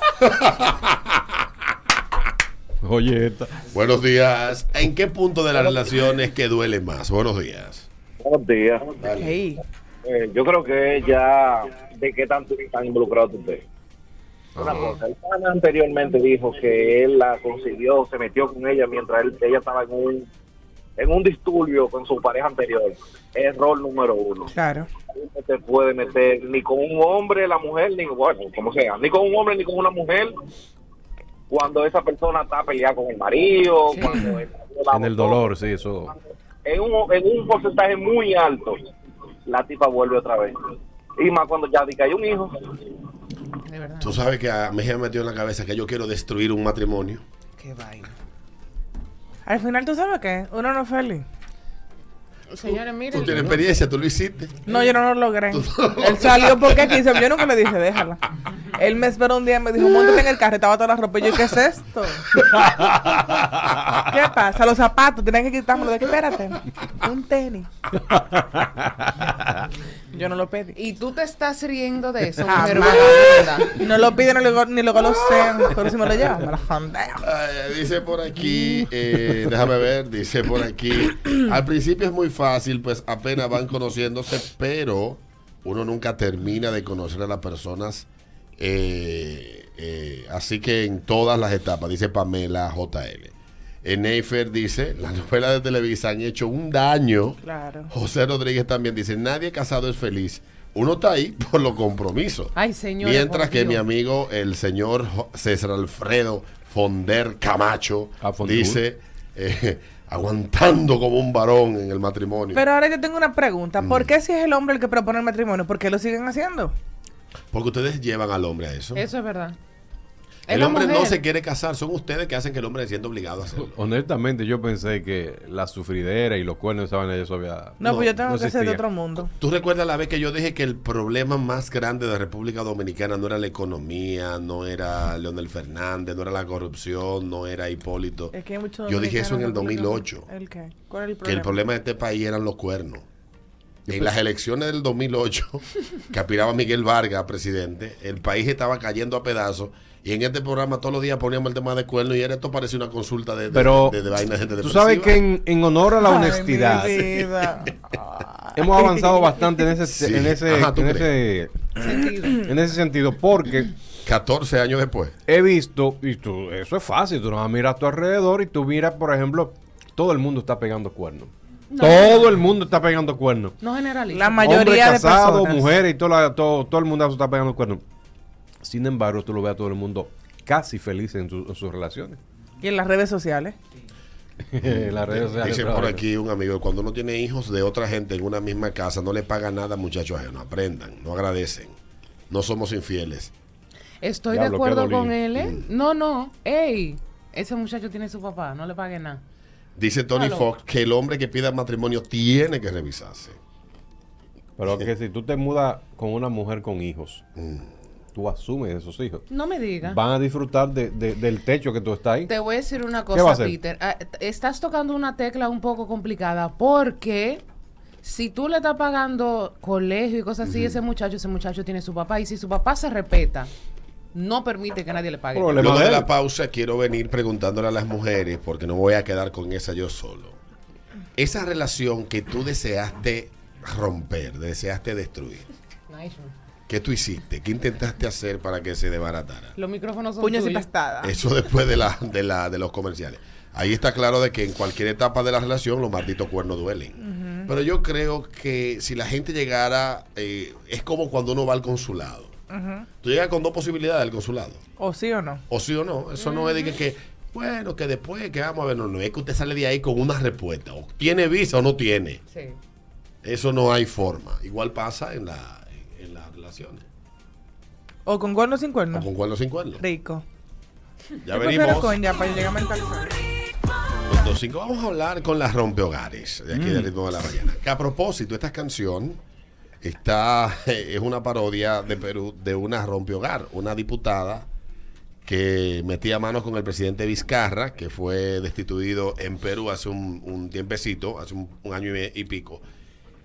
Speaker 4: Oye, esta.
Speaker 1: Buenos días. ¿En qué punto de las relaciones que duele más? Buenos días.
Speaker 10: Buenos días.
Speaker 3: Ey,
Speaker 10: Eh, yo creo que ya de qué tanto están involucrados ustedes. Una cosa, el pana anteriormente dijo que él la consiguió, se metió con ella mientras él- ella estaba en un, en un disturbio con su pareja anterior. Error número uno.
Speaker 3: Claro.
Speaker 10: No se puede meter ni con un hombre, la mujer, ni bueno, como sea, ni con un hombre ni con una mujer cuando esa persona está peleada con el marido, cuando el marido la
Speaker 4: En el
Speaker 10: botó
Speaker 4: dolor, sí, eso.
Speaker 10: en un, en un porcentaje muy alto, la tipa vuelve otra vez. Y más cuando ya di que hay un hijo.
Speaker 2: nada, De verdad.
Speaker 1: Tú sabes que a mí se me metió en la cabeza que yo quiero destruir un matrimonio.
Speaker 2: Qué vaina.
Speaker 3: Al final, ¿tú sabes qué? Uno no es feliz.
Speaker 2: Señores, miren.
Speaker 1: Tú tienes experiencia, tú lo hiciste.
Speaker 3: No, yo no lo logré. Él salió porque quiso. Yo nunca le dije, déjala. Él me esperó un día y me dijo, montate en el carro. Estaba toda la ropa. Y yo, ¿qué es esto? ¿Qué pasa? Los zapatos, tenían que quitármelo. Dije, Espérate, un tenis. Yo no lo pedí.
Speaker 2: Y tú te estás riendo de eso,
Speaker 3: Jamás.
Speaker 2: mujer vagabunda.
Speaker 3: No lo pide ni lo, ni lo goloseo. Pero si me lo llevan, me lo jandeo.
Speaker 1: Ay, Eh, dice por aquí, eh, déjame ver, dice por aquí. Al principio es muy fácil, pues apenas van conociéndose, pero uno nunca termina de conocer a las personas. eh, eh, así que en todas las etapas, dice Pamela JL. En Eifer dice, las novelas de Televisa han hecho un daño.
Speaker 3: Claro.
Speaker 1: José Rodríguez también dice, nadie casado es feliz. Uno está ahí por los compromisos.
Speaker 2: Ay, señores,
Speaker 1: Mientras
Speaker 2: por
Speaker 1: que
Speaker 2: Dios.
Speaker 1: mi amigo, el señor Jo- César Alfredo Fonder Camacho,
Speaker 4: Ah, Fondur.
Speaker 1: dice, eh, aguantando como un varón en el matrimonio.
Speaker 3: Pero ahora yo tengo una
Speaker 1: Mm.
Speaker 3: pregunta. ¿Por qué si es el hombre el que propone el matrimonio? ¿Por qué lo siguen haciendo?
Speaker 1: Porque ustedes llevan al hombre a eso.
Speaker 2: Eso es verdad. Es
Speaker 1: el
Speaker 2: la
Speaker 1: hombre no
Speaker 2: mujer.
Speaker 1: se quiere casar, son ustedes que hacen que el hombre se sienta obligado a hacerlo.
Speaker 4: Honestamente, yo pensé que la sufridera y los cuernos estaban eso había.
Speaker 3: No, pues yo tengo
Speaker 4: no
Speaker 3: que ser de
Speaker 4: existía.
Speaker 3: otro mundo.
Speaker 1: ¿Tú recuerdas la vez que yo dije que el problema más grande de República Dominicana no era la economía, no era Leonel Fernández, no era la corrupción, no era Hipólito?
Speaker 3: Es que hay muchos
Speaker 1: Yo dije eso en el
Speaker 3: dominicanos
Speaker 1: 2008.
Speaker 3: ¿El qué? ¿Cuál es el problema?
Speaker 1: que el problema de este país eran los cuernos. En las elecciones del 2008, que aspiraba Miguel Vargas a presidente, el país estaba cayendo a pedazos. Y en este programa todos los días poníamos el tema de cuernos y era esto parecía una consulta de, de,
Speaker 4: Pero
Speaker 1: de- de vaina de gente
Speaker 4: tú sabes
Speaker 1: depresiva.
Speaker 4: que en, en honor a la
Speaker 3: Ay,
Speaker 4: honestidad
Speaker 3: mi vida.
Speaker 4: hemos avanzado bastante en ese
Speaker 1: Sí.
Speaker 4: en ese,
Speaker 1: Ajá, ¿tú
Speaker 4: en,
Speaker 1: crees?
Speaker 4: ese
Speaker 2: Sentido.
Speaker 4: en ese sentido porque
Speaker 1: 14 años después.
Speaker 4: He visto, y tú, eso es fácil, tú no vas a mirar a tu alrededor y tú miras, por ejemplo, todo el mundo está pegando cuernos.
Speaker 2: No.
Speaker 4: Todo el mundo está pegando cuernos.
Speaker 2: No generaliza.
Speaker 3: La mayoría de
Speaker 4: Hombres casados,
Speaker 3: personas.
Speaker 4: mujeres y todo, la- todo, todo el mundo está pegando cuernos. Sin embargo, tú lo ves a todo el mundo casi feliz en, su- en sus relaciones.
Speaker 3: Y en las redes sociales.
Speaker 4: Eh, Las redes sociales,
Speaker 1: Dice
Speaker 4: otra
Speaker 1: por
Speaker 4: vaina.
Speaker 1: aquí un amigo, cuando uno tiene hijos de otra gente en una misma casa, no le paga nada muchachos ajenos. Aprendan, no agradecen. No somos infieles.
Speaker 2: Estoy
Speaker 4: Diablo,
Speaker 2: de
Speaker 4: qué Mm.
Speaker 2: acuerdo
Speaker 4: dolido.
Speaker 2: con él. ¿eh? No, no. Ey, ese muchacho tiene su papá. No le pague nada.
Speaker 1: Dice Tony
Speaker 2: Aló.
Speaker 1: Fox que el hombre que pida matrimonio tiene que revisarse.
Speaker 4: Pero que si tú te mudas con una mujer con hijos,
Speaker 1: Mm.
Speaker 4: tú asumes esos hijos.
Speaker 2: No me diga.
Speaker 4: Van a disfrutar de- de- del techo que tú estás ahí.
Speaker 2: Te voy a decir una
Speaker 4: va a
Speaker 2: cosa,
Speaker 4: hacer?
Speaker 2: Peter. Ah, t- Estás tocando una tecla un poco complicada porque si tú le estás pagando colegio y cosas así, ese muchacho, ese muchacho tiene su papá y si su papá se respeta, no permite que nadie le pague.
Speaker 4: Problema.
Speaker 1: Luego
Speaker 4: de
Speaker 1: de
Speaker 4: él.
Speaker 1: la pausa quiero venir preguntándole a las mujeres, porque no me voy a quedar con esa yo solo. Esa relación que tú deseaste romper, deseaste destruir,
Speaker 2: Nice.
Speaker 1: ¿qué tú hiciste? ¿Qué intentaste hacer para que se desbaratara?
Speaker 2: Los micrófonos son
Speaker 3: Puños y
Speaker 2: tuyos.
Speaker 3: pastadas.
Speaker 1: Eso después de, la, de, la, de los comerciales. Ahí está claro de que en cualquier etapa de la relación los malditos cuernos duelen. Pero yo creo que si la gente llegara, eh, es como cuando uno va al consulado. Tú llegas con dos posibilidades al consulado.
Speaker 3: ¿O sí o no?
Speaker 1: O sí o no. Eso no es de que, que, bueno, que después que vamos a ver. No, no, es que usted sale de ahí con una respuesta. O tiene visa o no tiene.
Speaker 2: Sí.
Speaker 1: Eso no hay forma. Igual pasa en, la, en, en las relaciones.
Speaker 3: ¿O con cuerno o sin cuerno?
Speaker 1: O con cuernos sin cuernos.
Speaker 3: Rico.
Speaker 1: Ya
Speaker 3: Yo prefiero
Speaker 1: venimos.
Speaker 3: con ya para llegar a mentalizar.
Speaker 1: Los dos cinco. Vamos a hablar con las rompehogares de aquí del ritmo de la mañana. Que a propósito, esta canción está eh, es una parodia de Perú de una rompehogar, una diputada que metía manos con el presidente Vizcarra, que fue destituido en Perú hace un, un tiempecito, hace un, un año y, me- y pico.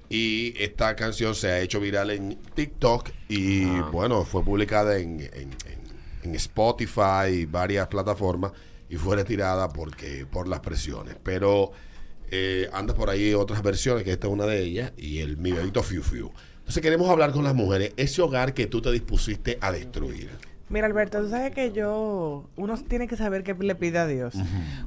Speaker 1: Y esta canción se ha hecho viral en TikTok y bueno, fue publicada en, en- en- en Spotify y varias plataformas y fue retirada porque por las presiones. Pero eh, anda por ahí otras versiones, que esta es una de ellas, y el Mi Bebito Fiu Fiu. Entonces queremos hablar con las mujeres, ese hogar que tú te dispusiste a destruir.
Speaker 3: Mira, Alberto, tú sabes que yo. Uno tiene que saber qué le pide a Dios.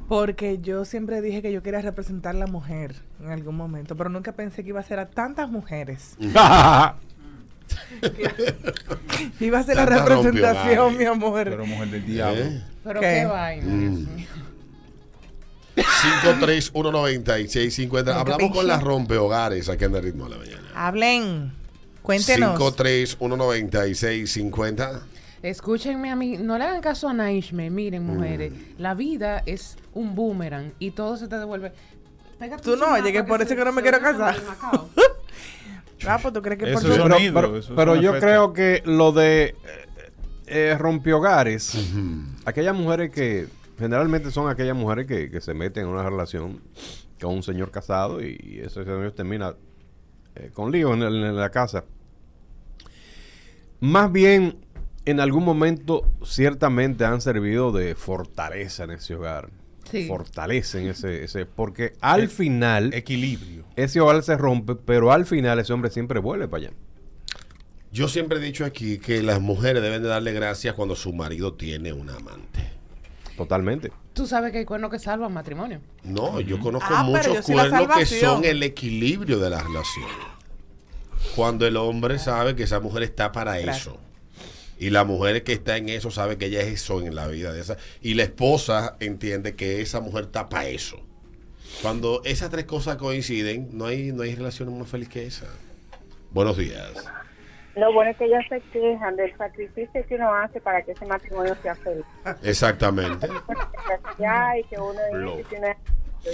Speaker 3: Porque yo siempre dije que yo quería representar la mujer en algún momento, pero nunca pensé que iba a ser a tantas mujeres. Iba a ser la
Speaker 1: Tanta rompió,
Speaker 3: representación,
Speaker 1: Gaby.
Speaker 3: mi amor.
Speaker 11: Pero mujer del diablo.
Speaker 1: ¿Eh? Mm.
Speaker 2: Pero
Speaker 3: ¿Qué?
Speaker 2: qué, vaina. Dios mío.
Speaker 1: 5319650.
Speaker 3: Nunca
Speaker 1: Hablamos con
Speaker 3: pensé.
Speaker 1: las rompehogares aquí en el ritmo de la mañana.
Speaker 3: Hablen. Cuéntenos.
Speaker 1: 5319650.
Speaker 2: Escúchenme a mí, no le hagan caso a Naishme, miren
Speaker 1: Mm.
Speaker 2: mujeres, la vida es un boomerang y todo se te devuelve. Pégate
Speaker 3: Tú
Speaker 2: un
Speaker 3: no,
Speaker 2: sonazo
Speaker 3: llegué por
Speaker 2: se-
Speaker 3: eso que no me
Speaker 2: se
Speaker 3: quiero
Speaker 2: vea como
Speaker 3: casar.
Speaker 2: el Macao.
Speaker 3: Ah, pues tú crees que por
Speaker 11: Eso
Speaker 4: Sí,
Speaker 11: es
Speaker 3: su-
Speaker 4: pero
Speaker 11: sonido,
Speaker 4: pero-
Speaker 11: eso es
Speaker 4: pero
Speaker 11: una
Speaker 4: yo
Speaker 11: festa.
Speaker 4: creo que lo de eh, eh, rompehogares, aquellas mujeres que generalmente son aquellas mujeres que, que se meten en una relación con un señor casado y, y ese señor termina eh, con lío en, el- en la casa. Más bien, en algún momento ciertamente han servido de fortaleza en ese hogar.
Speaker 2: Sí.
Speaker 4: Fortalecen ese, ese, porque al final
Speaker 11: Equilibrio.
Speaker 4: ese hogar se rompe, pero al final ese hombre siempre vuelve para allá.
Speaker 1: Yo siempre he dicho aquí que las mujeres deben de darle gracias cuando su marido tiene un amante.
Speaker 4: Totalmente.
Speaker 2: Tú sabes que hay cuernos que salvan matrimonio.
Speaker 1: No, yo conozco
Speaker 3: Ah, pero yo
Speaker 1: muchos
Speaker 3: sí la
Speaker 1: cuernos que
Speaker 3: salvación.
Speaker 1: son el equilibrio de la relación. Cuando el hombre sabe que esa mujer está para
Speaker 3: Claro.
Speaker 1: eso. Y la mujer que está en eso sabe que ella es eso en la vida de esa. Y la esposa entiende que esa mujer está para eso. Cuando esas tres cosas coinciden, no hay, no hay relación más feliz que esa. Buenos días.
Speaker 12: Lo bueno es que ellas se quejan del sacrificio que uno hace para que ese matrimonio sea feliz.
Speaker 1: Exactamente.
Speaker 12: Ya, y que uno dice que uno es-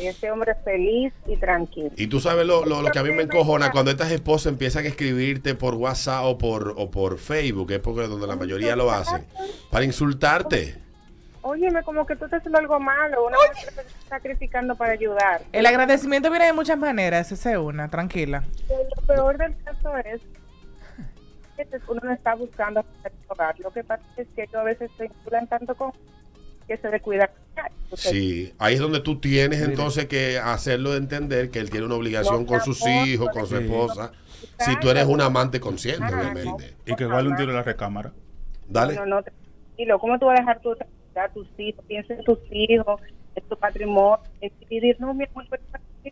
Speaker 12: y ese hombre es feliz y tranquilo.
Speaker 1: Y tú sabes lo, lo- lo que a mí me encojona cuando estas esposas empiezan a escribirte por WhatsApp o por, o por Facebook, que es porque donde la mayoría lo hacen, para insultarte.
Speaker 12: Óyeme, como que tú estás haciendo algo malo, una mujer se está sacrificando para ayudar.
Speaker 3: El agradecimiento viene de muchas maneras, esa es una, tranquila.
Speaker 12: Pero Lo peor del caso es que pues, uno no está buscando hacer el hogar. Lo que pasa es que ellos a veces se vinculan tanto con que se descuidan. Entonces,
Speaker 1: Sí, ahí es donde tú tienes entonces que hacerlo entender que él tiene una obligación
Speaker 12: No,
Speaker 1: con
Speaker 12: mi
Speaker 1: sus
Speaker 12: amor,
Speaker 1: hijos,
Speaker 12: no
Speaker 1: con su
Speaker 11: te-
Speaker 1: esposa, si tú eres un amante consciente, obviamente.
Speaker 11: Y que vale un tiro en la recámara.
Speaker 1: Dale.
Speaker 12: No, no, te tranquilo. ¿Cómo tú vas a dejar tu tranquilidad, tus hijos? Piensa en tus hijos, en tu patrimonio. en Decidir, no, mi amor,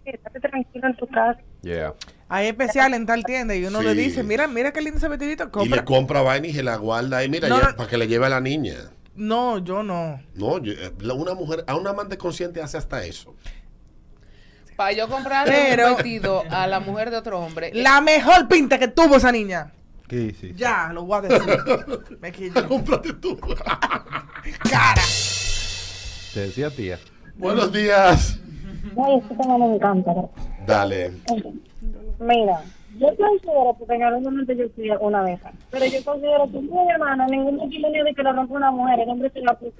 Speaker 12: estate tranquilo en tu casa.
Speaker 4: Yeah.
Speaker 3: Hay especial en tal tienda y uno
Speaker 1: Sí.
Speaker 3: le dice, mira, mira qué lindo ese vestidito,
Speaker 1: Y le
Speaker 3: compra.
Speaker 1: compra vaina y se la guarda ahí, mira,
Speaker 3: No,
Speaker 1: ya,
Speaker 3: no.
Speaker 1: para que le lleve a la niña.
Speaker 3: No, yo no.
Speaker 1: No, yo- eh, la- una mujer, a un amante consciente hace hasta eso.
Speaker 2: Para yo comprar
Speaker 3: Pero-
Speaker 2: un vestido a la mujer de otro hombre. eh,
Speaker 3: La mejor pinta que tuvo esa niña.
Speaker 11: ¿Qué dices?
Speaker 3: Ya, lo voy a decir. Me quillo.
Speaker 1: Cómprate tú.
Speaker 3: Cara.
Speaker 4: Te decía tía.
Speaker 1: Buenos días.
Speaker 12: Ay, este tema me encanta.
Speaker 1: Dale.
Speaker 12: Mira, yo considero, porque en algún momento yo fui una abeja, pero yo considero que mi hermano, ningún matrimonio de que lo rompa una mujer, el hombre se la puso.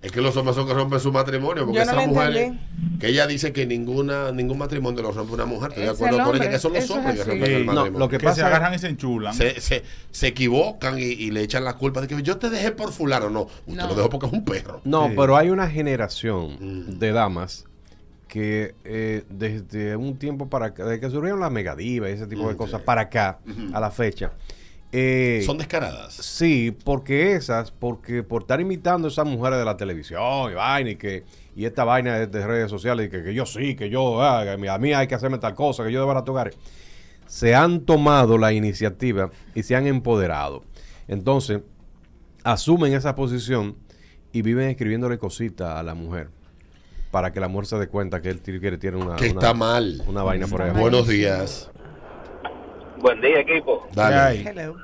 Speaker 1: Es que los hombres son que rompen su matrimonio, porque
Speaker 3: Yo no
Speaker 1: esas
Speaker 3: lo
Speaker 1: mujeres,
Speaker 3: entendí.
Speaker 1: que ella dice que ninguna ningún matrimonio lo rompe una mujer, estoy de
Speaker 2: Es
Speaker 1: acuerdo
Speaker 2: el
Speaker 1: con ella,
Speaker 2: hombre,
Speaker 1: que son los
Speaker 2: eso es
Speaker 1: hombres que
Speaker 2: así.
Speaker 1: rompen el
Speaker 11: Sí, no,
Speaker 1: matrimonio.
Speaker 11: lo que
Speaker 13: Que
Speaker 11: pasa
Speaker 13: se agarran y se enchulan.
Speaker 1: se, se, se equivocan y, y le echan la culpa de que yo te dejé por fulano. No, usted
Speaker 2: No.
Speaker 1: lo dejó porque es un perro. Mm.
Speaker 4: No,
Speaker 11: Sí.
Speaker 4: pero hay una generación de damas que eh, desde un tiempo para acá, desde que surgieron las megadivas y ese tipo de cosas para acá, a la fecha. eh,
Speaker 1: Mm, Son descaradas.
Speaker 4: Sí, porque esas, porque por estar imitando a esas mujeres de la televisión y vaina y que y esta vaina de, de redes sociales y que, que yo sí, que yo ah, que a mí- a mí hay que hacerme tal cosa, que yo debo tocar, se han tomado la iniciativa y se han empoderado. Entonces, asumen esa posición y viven escribiéndole cositas a la mujer para que la mujer se dé cuenta que él tiene- que tiene una,
Speaker 1: Que
Speaker 4: una-
Speaker 1: está mal.
Speaker 4: una vaina por ahí.
Speaker 1: Buenos días.
Speaker 14: Buen día, equipo. Pues
Speaker 1: Dale.
Speaker 13: Ay.
Speaker 3: Hello.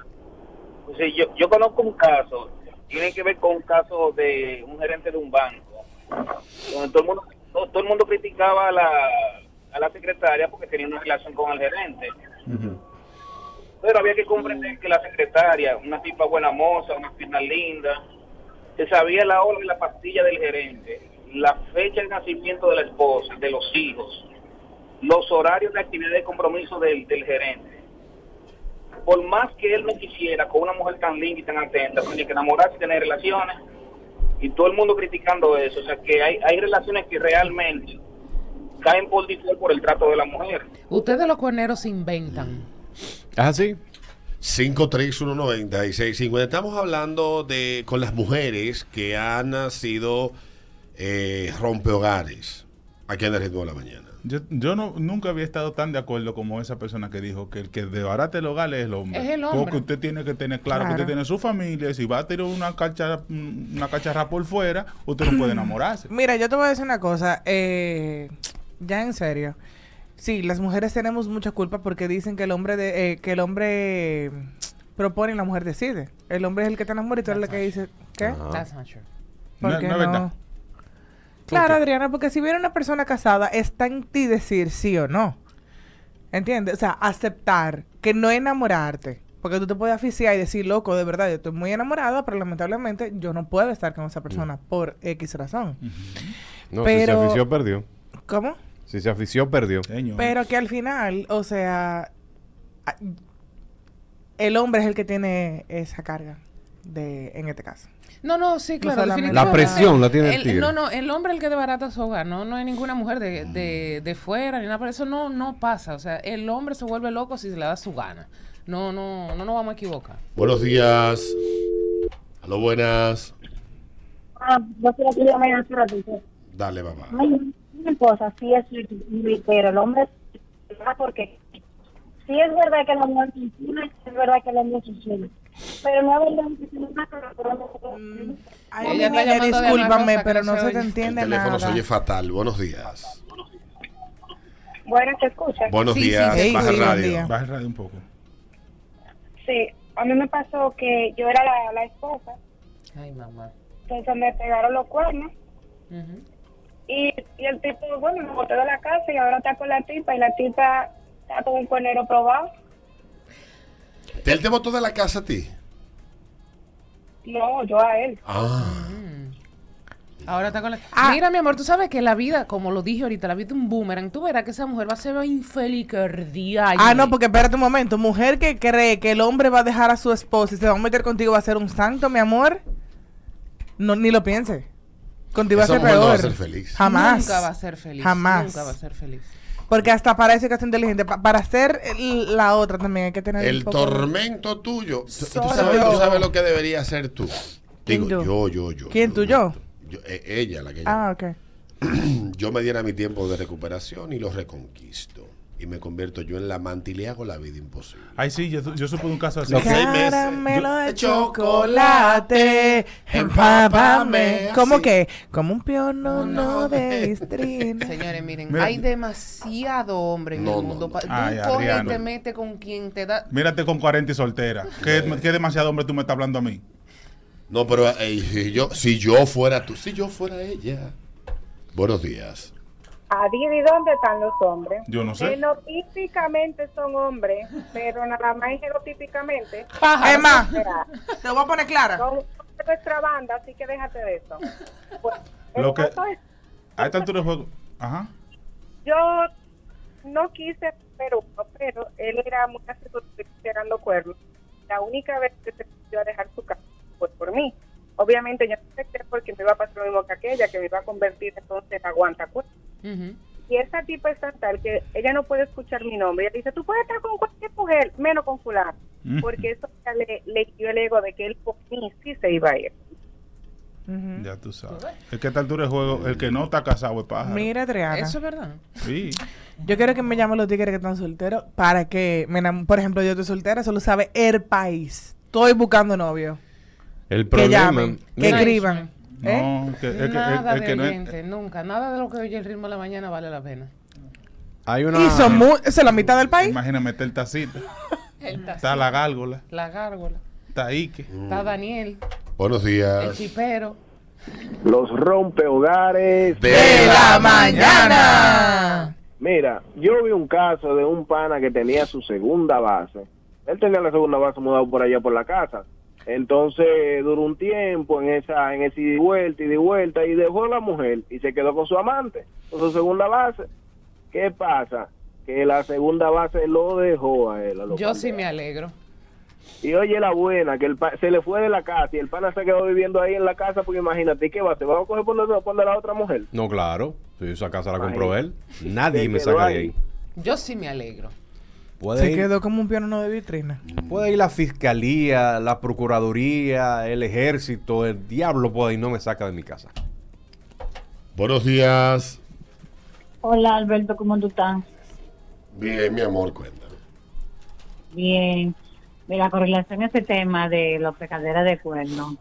Speaker 14: Sí, yo, yo conozco un caso, tiene que ver con un caso de un gerente de un banco, donde todo el mundo, todo, todo el mundo criticaba a la, a la secretaria porque tenía una relación con el gerente. Pero había que comprender que la secretaria, una tipa buena moza, una pierna linda, se sabía la hora y la pastilla del gerente, la fecha de nacimiento de la esposa, de los hijos, los horarios de actividad de compromiso del, del gerente por más que él no quisiera con una mujer tan linda y tan atenta, tiene que enamorarse y tener relaciones. Y todo el mundo criticando eso. O sea, que hay, hay relaciones que realmente caen por default por el trato de la mujer.
Speaker 2: Ustedes los cuerneros se inventan.
Speaker 1: Mm.
Speaker 4: ¿Es así?
Speaker 1: 5319650. Estamos hablando de con las mujeres que han sido eh, rompehogares aquí en el ritmo de la mañana.
Speaker 13: Yo, yo no, nunca había estado tan de acuerdo como esa persona que dijo que el que desbarate el hogar es el hombre.
Speaker 2: Es el hombre.
Speaker 13: Porque usted tiene que tener claro, que
Speaker 3: Claro.
Speaker 13: usted tiene su familia. y Si va a tirar una, cachara, una cacharra por fuera, usted no puede enamorarse.
Speaker 3: Mira, yo te voy a decir una cosa, eh, ya en serio. Sí, las mujeres tenemos mucha culpa porque dicen que el hombre de, eh, que el hombre eh, propone y la mujer decide. El hombre es el que te enamora y tú eres la que dice, ¿qué?
Speaker 4: Ajá.
Speaker 2: That's not true.
Speaker 13: No,
Speaker 3: ¿Por
Speaker 13: no
Speaker 3: qué
Speaker 13: es verdad.
Speaker 3: no? Claro, Adriana, porque si viene una persona casada, está en ti decir sí o no. ¿Entiendes? O sea, aceptar que no enamorarte. Porque tú te puedes asfixiar y decir, loco, de verdad, yo estoy muy enamorada, pero lamentablemente yo no puedo estar con esa persona por X razón.
Speaker 4: No, si se
Speaker 3: Pero-
Speaker 4: afició, perdió.
Speaker 3: ¿Cómo?
Speaker 4: Si se afició, perdió.
Speaker 13: Señor.
Speaker 3: Pero que al final, o sea, a- el hombre es el que tiene esa carga de, en este caso.
Speaker 2: No, no, sí, claro.
Speaker 3: solamente-
Speaker 2: definitivamente.
Speaker 4: La presión la tiene el tigre.
Speaker 2: No, no, el hombre es el que desbarata su hogar, no, no hay ninguna mujer de, de, de fuera ni nada, por eso no, no pasa. O sea, el hombre se vuelve loco si se le da su gana. No, no, no nos vamos a equivocar.
Speaker 1: Buenos días. Aló, buenas.
Speaker 12: Ah, yo quiero que yo me haga su ratito.
Speaker 1: Dale, papá.
Speaker 12: Ay, una cosa, sí es pero el hombre porque sí es verdad que la mujer funciona, sí es verdad que el hombre funciona, pero no es verdad que se nos mata la
Speaker 3: Mm,
Speaker 12: corona.
Speaker 3: Ay,
Speaker 2: Ella está
Speaker 3: niña,
Speaker 2: llamando de
Speaker 3: discúlpame,
Speaker 2: una cosa
Speaker 3: pero
Speaker 2: que
Speaker 3: no
Speaker 2: no se
Speaker 3: se te
Speaker 2: oye.
Speaker 1: El
Speaker 3: entiende
Speaker 1: teléfono
Speaker 3: nada.
Speaker 1: se oye fatal. Buenos días.
Speaker 12: Bueno, ¿se escucha?
Speaker 1: Buenos
Speaker 2: Sí, sí,
Speaker 1: días.
Speaker 3: sí,
Speaker 1: Baja
Speaker 3: sí, buen
Speaker 1: radio.
Speaker 3: día.
Speaker 13: Baja el radio un poco.
Speaker 12: Sí, a mí me pasó que yo era la, la esposa,
Speaker 2: Ay, mamá.
Speaker 12: entonces me pegaron los cuernos
Speaker 2: Ujú.
Speaker 12: y, y el tipo, bueno, me boté de la casa y ahora está con la tipa y la tipa está con un cuernero probado.
Speaker 1: ¿Él te botó de la casa a ti?
Speaker 12: No, yo a él.
Speaker 1: Ah.
Speaker 2: Ahora está con la...
Speaker 3: Ah.
Speaker 2: Mira, mi amor, tú sabes que la vida, como lo dije ahorita, la vida es un boomerang. Tú verás que esa mujer va a ser infeliz que el día
Speaker 3: Ah,
Speaker 2: ayer.
Speaker 3: no, porque espérate un momento. Mujer que cree que el hombre va a dejar a su esposa y se va a meter contigo, va a ser un santo, mi amor. No, ni lo piense. Contigo va a
Speaker 1: Esa
Speaker 3: ser
Speaker 1: mujer
Speaker 3: peor.
Speaker 1: no va a ser feliz.
Speaker 3: Jamás.
Speaker 2: Nunca va a ser feliz.
Speaker 3: Jamás.
Speaker 2: Nunca va a ser feliz.
Speaker 3: Porque hasta para eso hay que ser inteligente. Pa- para ser el- la otra también hay que tener.
Speaker 1: El
Speaker 3: un poco de-
Speaker 1: tormento tuyo. ¿Tú, tú
Speaker 3: Solo.
Speaker 1: sabes, tú sabes lo que debería ser tú. Digo,
Speaker 3: ¿Quién tú?
Speaker 1: yo, yo, yo.
Speaker 3: ¿Quién tú, yo?
Speaker 1: Yo- e- ella, la que yo.
Speaker 3: Ah, ok.
Speaker 1: Yo me diera mi tiempo de recuperación y lo reconquisto. Y me convierto yo en la amante y le hago la vida imposible.
Speaker 13: Ay, sí, yo, yo supe de un caso así.
Speaker 1: Lo que- seis meses.
Speaker 3: Caramelo de
Speaker 1: Yo-
Speaker 3: chocolate, empápame.
Speaker 1: empápame,
Speaker 3: ¿Cómo
Speaker 1: así.
Speaker 3: que? Como un piano no
Speaker 1: No,
Speaker 3: de
Speaker 1: de-
Speaker 3: listrina.
Speaker 2: Señores, miren,
Speaker 13: Mira,
Speaker 2: hay demasiado hombre en
Speaker 1: No,
Speaker 2: el
Speaker 1: no,
Speaker 2: mundo.
Speaker 1: no.
Speaker 2: pa- Tú
Speaker 13: Ay,
Speaker 2: coges y
Speaker 13: Adriana.
Speaker 2: te metes con quien te da.
Speaker 13: Mírate con 40 y soltera. ¿Qué, qué demasiado hombre tú me estás hablando a mí?
Speaker 1: No, pero eh, si, yo, si yo fuera tú, si yo fuera ella. Buenos días.
Speaker 11: Adivina dónde están los hombres.
Speaker 13: Yo no sé.
Speaker 11: Genotípicamente son hombres, pero nada más genotípicamente.
Speaker 3: Emma,
Speaker 11: Mira,
Speaker 3: te voy a poner clara.
Speaker 11: son de nuestra banda, así que déjate de eso. Pues, el
Speaker 13: Lo que-
Speaker 11: caso es,
Speaker 13: A esta altura del juego. Ajá.
Speaker 11: yo no quise, pero, pero él era muy astuto tirando cuernos. La única vez que se dio a dejar su casa fue por mí. Obviamente yo no acepté porque me iba a pasar lo mismo que aquella, que me iba a convertir entonces en aguanta pues. cuernos.
Speaker 2: Ujú.
Speaker 11: Y esa tipa es tan tal que ella no puede escuchar mi nombre. Ella dice, tú puedes estar con cualquier mujer, menos con fulano.
Speaker 13: Mm.
Speaker 11: Porque eso ya le, le dio el ego de que él por mí sí se iba a ir.
Speaker 3: Ujú.
Speaker 13: Ya tú sabes. Es que a esta altura del juego, el que no está casado es pájaro.
Speaker 3: Mira, Adriana.
Speaker 2: Eso es verdad.
Speaker 13: Sí.
Speaker 3: Yo quiero que me llamen los tigres que están solteros para que, me enam- por ejemplo, yo estoy soltera, solo sabe el país. Estoy buscando novio.
Speaker 4: El
Speaker 3: Que
Speaker 4: problema.
Speaker 3: llamen, que
Speaker 4: Mira,
Speaker 3: escriban. ¿Eh?
Speaker 13: No, que- es que, es-
Speaker 2: Nada
Speaker 13: es que
Speaker 2: de
Speaker 13: no es-
Speaker 2: oyente, nunca. Nada de lo que oye el ritmo de la mañana vale la pena.
Speaker 4: hay una.
Speaker 3: Y son mu- eso es la mitad del país.
Speaker 13: Imagina meter tacita.
Speaker 2: El taz-
Speaker 13: Está la gárgola.
Speaker 2: la gárgola.
Speaker 13: Está Ike.
Speaker 2: Está Daniel,
Speaker 1: Mm. Buenos
Speaker 2: el
Speaker 1: días.
Speaker 2: chipero.
Speaker 7: Los
Speaker 3: Pues,
Speaker 7: rompehogares.
Speaker 1: De
Speaker 3: la mañana.
Speaker 7: Mira, yo vi un caso de un pana que tenía su segunda base. Él tenía la segunda base mudado por allá por la casa. Entonces duró un tiempo en esa en ese ida y vuelta y de vuelta y dejó a la mujer y se quedó con su amante, con su segunda base. ¿Qué pasa? Que la segunda base lo dejó a él. a lo
Speaker 2: Yo sí
Speaker 7: panderos.
Speaker 2: me alegro.
Speaker 7: Y oye la buena, que el pa- se le fue de la casa y el pana se quedó viviendo ahí en la casa porque imagínate, ¿y ¿qué va? a hacer? ¿Vamos a coger por nosotros por la otra mujer?
Speaker 4: No, claro. Si esa casa la
Speaker 7: Ay.
Speaker 4: compró él, nadie
Speaker 7: Se
Speaker 4: me
Speaker 7: quedó
Speaker 4: saca de
Speaker 7: ahí.
Speaker 4: ahí.
Speaker 2: Yo sí me alegro.
Speaker 4: Puede
Speaker 3: Se
Speaker 4: ir,
Speaker 3: quedó como un piano no de vitrina.
Speaker 4: puede ir la fiscalía, la procuraduría, el ejército, el diablo puede ir, no me saca de mi casa.
Speaker 1: Buenos días.
Speaker 12: Hola Alberto, ¿cómo tú estás?
Speaker 3: pues.
Speaker 1: Bien, mi amor, cuéntame.
Speaker 12: Bien. Mira, con relación a este tema de los pecaderas de cuerno,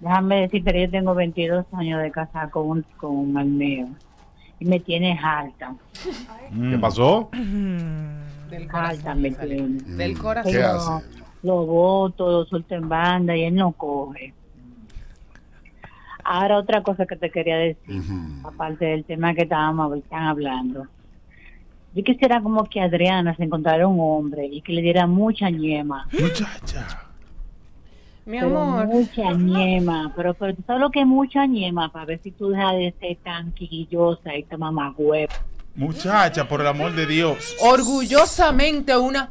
Speaker 12: déjame decirte que yo tengo 22 años de casada con un, con el mío y me tienes alta,
Speaker 4: ¿Qué pasó?
Speaker 2: Del
Speaker 12: alta
Speaker 2: corazón.
Speaker 12: me
Speaker 2: sale.
Speaker 12: tienes.
Speaker 2: Del
Speaker 1: ¿Qué
Speaker 2: corazón.
Speaker 1: hace?
Speaker 12: Pero lo voto, lo suelto en banda y él no coge. Ahora otra cosa que te quería decir,
Speaker 1: Ujú.
Speaker 12: aparte del tema que estábamos están hablando. Yo quisiera como que Adriana se encontrara un hombre y que le diera mucha ñema.
Speaker 13: Muchacha.
Speaker 2: Mi
Speaker 12: Pero
Speaker 2: amor,
Speaker 12: Mucha ñema, pero, pero tú sabes lo que es mucha ñema para ver si tú dejas de ser tan quillosa y toma más huevo.
Speaker 13: Muchacha, por el amor de Dios.
Speaker 2: orgullosamente una.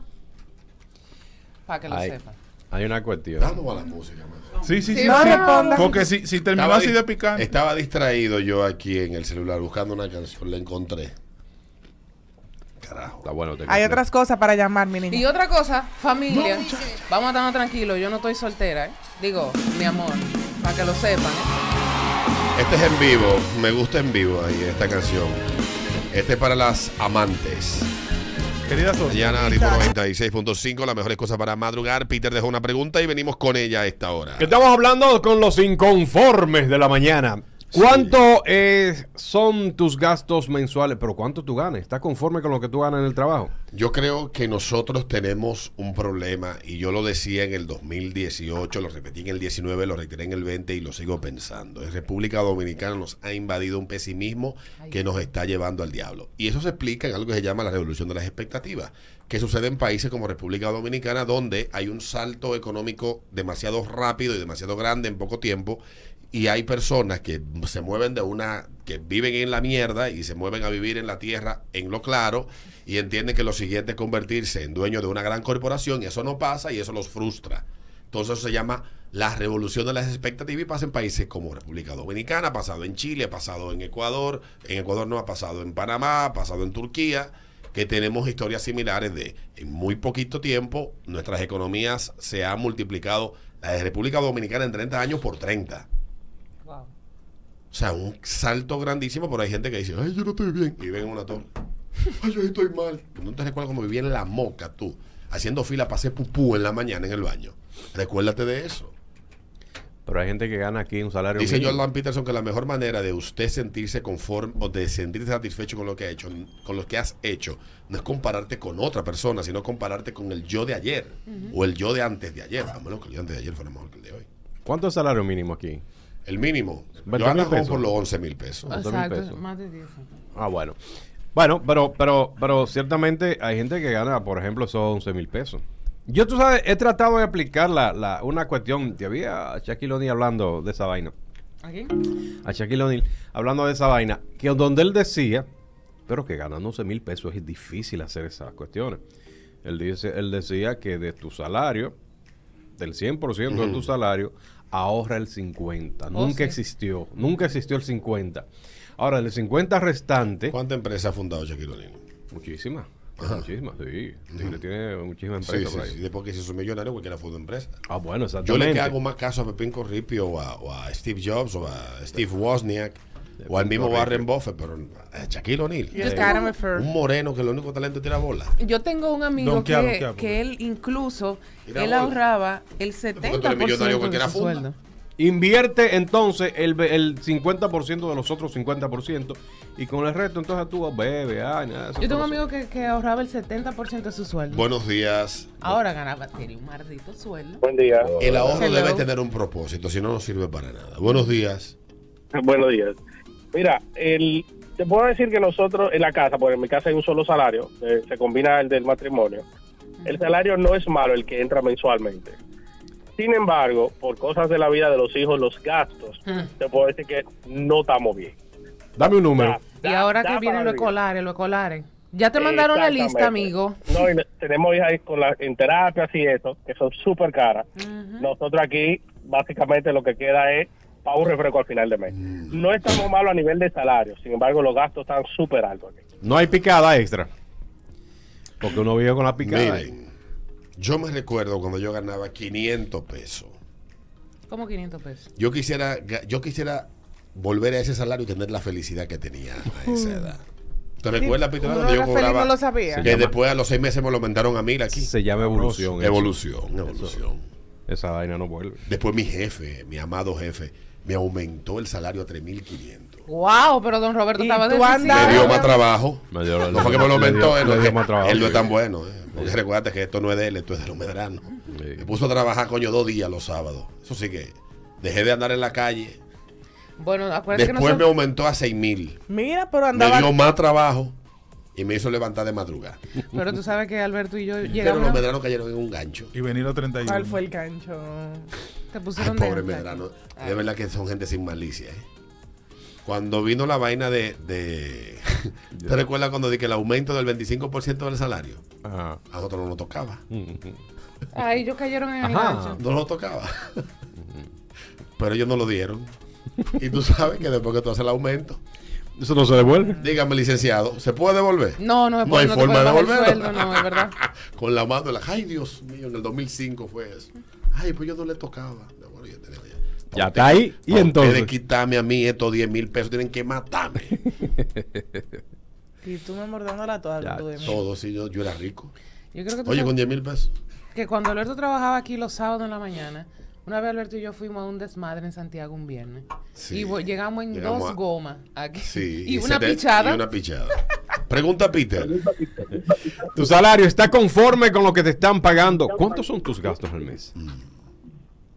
Speaker 2: Para que lo
Speaker 4: Ay.
Speaker 2: sepan.
Speaker 4: Hay una cuestión.
Speaker 1: Vamos a la música, madre.
Speaker 13: Sí, sí, sí.
Speaker 3: No
Speaker 13: sí.
Speaker 3: respondas.
Speaker 13: Porque si, si terminó
Speaker 1: Estaba
Speaker 13: así
Speaker 1: di-
Speaker 13: de picante.
Speaker 1: Estaba distraído yo aquí en el celular buscando una canción, la encontré. Carajo.
Speaker 4: Está bueno. te
Speaker 3: Hay
Speaker 4: compré.
Speaker 3: otras cosas para llamar, mi
Speaker 2: Y
Speaker 3: niña.
Speaker 2: otra cosa, familia. Vamos a estar tranquilos. Yo no estoy soltera, ¿eh? Digo, mi amor, para que lo sepan, ¿eh?
Speaker 1: Este es en vivo, me gusta en vivo ahí esta canción. Este es para las amantes.
Speaker 13: Querida Sol.
Speaker 1: Mañana, ritmo 96.5, las mejores cosas para madrugar. Peter dejó una pregunta y venimos con ella a esta hora.
Speaker 4: Que Estamos hablando con los inconformes de la mañana. ¿Cuánto es- son tus gastos mensuales? Pero ¿cuánto tú ganas? ¿Estás conforme con lo que tú ganas en el trabajo?
Speaker 1: Yo creo que nosotros tenemos un problema y yo lo decía en el 2018, lo repetí en el 19, lo reiteré en el 20 y lo sigo pensando. En República Dominicana nos ha invadido un pesimismo que nos está llevando al diablo. Y eso se explica en algo que se llama la revolución de las expectativas, que sucede en países como República Dominicana donde hay un salto económico demasiado rápido y demasiado grande en poco tiempo y hay personas que se mueven de una que viven en la mierda y se mueven a vivir en la tierra en lo claro y entienden que lo siguiente es convertirse en dueño de una gran corporación y eso no pasa y eso los frustra. Entonces eso se llama la revolución de las expectativas y pasa en países como República Dominicana, ha pasado en Chile, ha pasado en Ecuador, en Ecuador no ha pasado en Panamá, ha pasado en Turquía, que tenemos historias similares de en muy poquito tiempo nuestras economías se han multiplicado La de República Dominicana en 30 años por 30.
Speaker 2: Wow.
Speaker 1: O sea, un salto grandísimo, pero hay gente que dice, ay, yo no estoy bien. Y viven en una torre. Ay, yo estoy mal. No te recuerdas cómo vivía en la moca tú, haciendo fila para hacer pupú en la mañana en el baño. Recuérdate de eso.
Speaker 4: Pero hay gente que gana aquí un salario.
Speaker 1: Dice
Speaker 4: mínimo.
Speaker 1: Jordan Peterson que la mejor manera de usted sentirse conforme o de sentirse satisfecho con lo que ha hecho, con lo que has hecho, no es compararte con otra persona, sino compararte con el yo de ayer o el yo de antes de ayer. A menos que el yo antes de ayer fuera mejor que el de hoy.
Speaker 4: ¿Cuánto es salario mínimo aquí?
Speaker 1: El mínimo.
Speaker 4: 20
Speaker 1: Yo
Speaker 4: mil
Speaker 1: ando como
Speaker 4: pesos.
Speaker 1: por los 11 mil pesos.
Speaker 4: Dos mil
Speaker 2: Exacto,
Speaker 4: pesos.
Speaker 2: más de 10.
Speaker 4: Ah, bueno. Bueno, pero, pero, pero ciertamente hay gente que gana, por ejemplo, esos 11 mil pesos. Yo, tú sabes, he tratado de aplicar la, la- una cuestión. Te había a Shaquille O'Neal hablando de esa vaina.
Speaker 2: ¿Aquí?
Speaker 4: A Shaquille O'Neal hablando de esa vaina. Que donde él decía, pero que ganando 11 mil pesos es difícil hacer esas cuestiones. Él, dice, él decía que de tu salario, del 100% de tu salario, ahorra el 50.
Speaker 2: Oh,
Speaker 4: nunca
Speaker 2: sí.
Speaker 4: existió. Nunca existió el 50. Ahora, el 50 restante.
Speaker 1: ¿Cuántas empresas ha fundado Shaquille O'Neal?
Speaker 4: Muchísimas.
Speaker 1: Ajá.
Speaker 4: Muchísimas, sí. Tigre tiene muchísimas
Speaker 1: Sí,
Speaker 4: empresas
Speaker 1: sí,
Speaker 4: por ahí.
Speaker 1: sí. Después que se hizo millonario, cualquiera fundó empresa.
Speaker 4: Ah, bueno,
Speaker 1: Yo le
Speaker 4: exactamente.
Speaker 1: que hago más caso a Pepín Corripio o a, o a Steve Jobs o a Steve Wozniak o al mismo Warren Buffett, pero a Shaquille O'Neal.
Speaker 3: Just got him at first.
Speaker 1: Un moreno que el único talento es tirar bola.
Speaker 2: Yo tengo un amigo
Speaker 13: Don
Speaker 2: que,
Speaker 13: Quiabo, Quiabo.
Speaker 2: que él incluso,
Speaker 1: Mira,
Speaker 2: él
Speaker 1: hola.
Speaker 2: ahorraba el
Speaker 1: eres
Speaker 2: 70%
Speaker 1: millonario,
Speaker 2: de
Speaker 1: cualquiera
Speaker 2: su
Speaker 1: funda.
Speaker 2: sueldo.
Speaker 4: Invierte entonces el, ve- el 50% de los otros 50% y con el resto entonces tú vas, bebe, ah, nada. de eso
Speaker 2: Yo tengo un
Speaker 4: todo
Speaker 2: amigo que, que ahorraba el 70% de su sueldo.
Speaker 1: Buenos días.
Speaker 2: Ahora ganaba, tenía un maldito sueldo.
Speaker 7: Buen día.
Speaker 1: El ahorro
Speaker 2: Hello.
Speaker 1: debe tener un propósito, si no, no sirve para nada. Buenos días.
Speaker 7: Buenos días. Mira, el, te puedo decir que nosotros en la casa, porque en mi casa hay un solo salario, eh, se combina el del matrimonio. El salario no es malo el que entra mensualmente. Sin embargo, por cosas de la vida de los hijos, los gastos, te puedo decir que no estamos bien.
Speaker 4: eso. Dame un número.
Speaker 7: Da-
Speaker 2: Y
Speaker 7: da-
Speaker 2: ahora
Speaker 7: da
Speaker 2: que
Speaker 7: para
Speaker 2: vienen los
Speaker 7: arriba.
Speaker 2: escolares, los escolares. Ya te mandaron la lista,
Speaker 7: Exactamente.
Speaker 2: amigo.
Speaker 7: No, y le- tenemos hijas ahí con la, en terapias y eso, que son súper caras. Nosotros aquí, básicamente, lo que queda es para un refresco al final de mes. No estamos malos a nivel de salario, sin embargo, los gastos están súper altos aquí.
Speaker 4: No hay picada extra. Porque uno vive con la picada.
Speaker 1: Miren, yo me recuerdo cuando yo ganaba 500 pesos.
Speaker 2: Como 500 pesos.
Speaker 1: Yo quisiera, ga- yo quisiera volver a ese salario y tener la felicidad que tenía a esa edad. ¿Te recuerdas, Peter?
Speaker 3: uno
Speaker 1: cuando
Speaker 3: era feliz, no lo sabía.
Speaker 1: Que
Speaker 4: Se llama-
Speaker 1: después a los seis meses me lo aumentaron a mil aquí.
Speaker 4: Se llama evolución. eso.
Speaker 1: Evolución, evolución.
Speaker 4: Esa vaina no vuelve.
Speaker 1: Después mi jefe, mi amado jefe, me aumentó el salario a 3.500.
Speaker 2: Wow, pero don Roberto
Speaker 3: Y
Speaker 2: estaba
Speaker 3: tú
Speaker 2: decisivo.
Speaker 3: andabas-
Speaker 1: Me
Speaker 3: Claro.
Speaker 1: dio más trabajo.
Speaker 4: Me dio-
Speaker 1: no fue que me lo
Speaker 4: le
Speaker 1: aumentó,
Speaker 4: dio-
Speaker 1: él,
Speaker 4: le
Speaker 1: no
Speaker 4: dio
Speaker 1: es-
Speaker 4: más trabajo,
Speaker 1: él no es
Speaker 4: sí.
Speaker 1: tan bueno. eh, Porque recuérdate que esto no es de él, esto es de los medranos.
Speaker 4: Sí.
Speaker 1: Me puso a trabajar, coño, dos días los sábados. Eso sí que dejé de andar en la calle.
Speaker 2: Bueno, acuérdate que
Speaker 1: Después me
Speaker 2: nosotros...
Speaker 1: aumentó a 6.000.
Speaker 3: Mira, pero
Speaker 1: Me
Speaker 3: andaba.
Speaker 1: dio más trabajo y me hizo levantar de madrugada.
Speaker 2: Pero tú sabes que Alberto y yo
Speaker 1: Pero
Speaker 2: llegamos...
Speaker 1: los medranos cayeron en un gancho.
Speaker 13: Y venir los 31.
Speaker 3: ¿Cuál fue el gancho?
Speaker 2: Te
Speaker 1: Ay,
Speaker 2: pusieron de Ah.
Speaker 1: pobre
Speaker 2: alta.
Speaker 1: Medrano. De verdad que son gente sin malicia, ¿eh? Cuando vino la vaina de... de ¿Te recuerdas cuando dije que el aumento del 25% del salario?
Speaker 4: Ajá. Mm-hmm.
Speaker 1: A nosotros no nos tocaba.
Speaker 2: Ay, ellos cayeron en el
Speaker 4: Ajá. Mm-hmm.
Speaker 2: gancho.
Speaker 1: No nos tocaba. Pero ellos no lo dieron. Y tú sabes que después que tú haces el aumento,
Speaker 4: Eso no se devuelve.
Speaker 1: dígame, licenciado, ¿se puede devolver?
Speaker 2: No, no,
Speaker 1: No hay
Speaker 2: te
Speaker 1: forma de
Speaker 2: pueden bajar el
Speaker 1: devolverlo.
Speaker 2: sueldo, no, es verdad.
Speaker 1: Con la mano en la... Ay, Dios mío, en el 2005 fue eso. Ay, pues yo no le tocaba. Bueno, ya tenía- ya.
Speaker 4: Ya está ahí. Y
Speaker 1: Para ustedes
Speaker 4: entonces.
Speaker 1: quitarme a mí estos 10 mil pesos, tienen que matarme.
Speaker 3: Y tú me mordiéndola toda.
Speaker 4: Ya,
Speaker 3: tú de mí.
Speaker 1: Todo, sí, yo, yo era rico.
Speaker 2: Yo creo que tú
Speaker 1: Oye,
Speaker 2: sabes-
Speaker 1: con 10 mil pesos.
Speaker 2: que cuando Alberto trabajaba aquí los sábados en la mañana, una vez Alberto y yo fuimos a un desmadre en Santiago un viernes.
Speaker 1: Sí.
Speaker 2: Y vo- llegamos en
Speaker 1: Llegamos
Speaker 2: dos
Speaker 1: a-
Speaker 2: gomas aquí.
Speaker 1: Sí.
Speaker 2: y,
Speaker 1: se
Speaker 2: una
Speaker 1: te-
Speaker 2: pichada.
Speaker 1: Y una pichada. Pregunta a Peter.
Speaker 4: Tu salario está conforme con lo que te están pagando. ¿Cuántos son tus gastos al mes?
Speaker 1: Mm.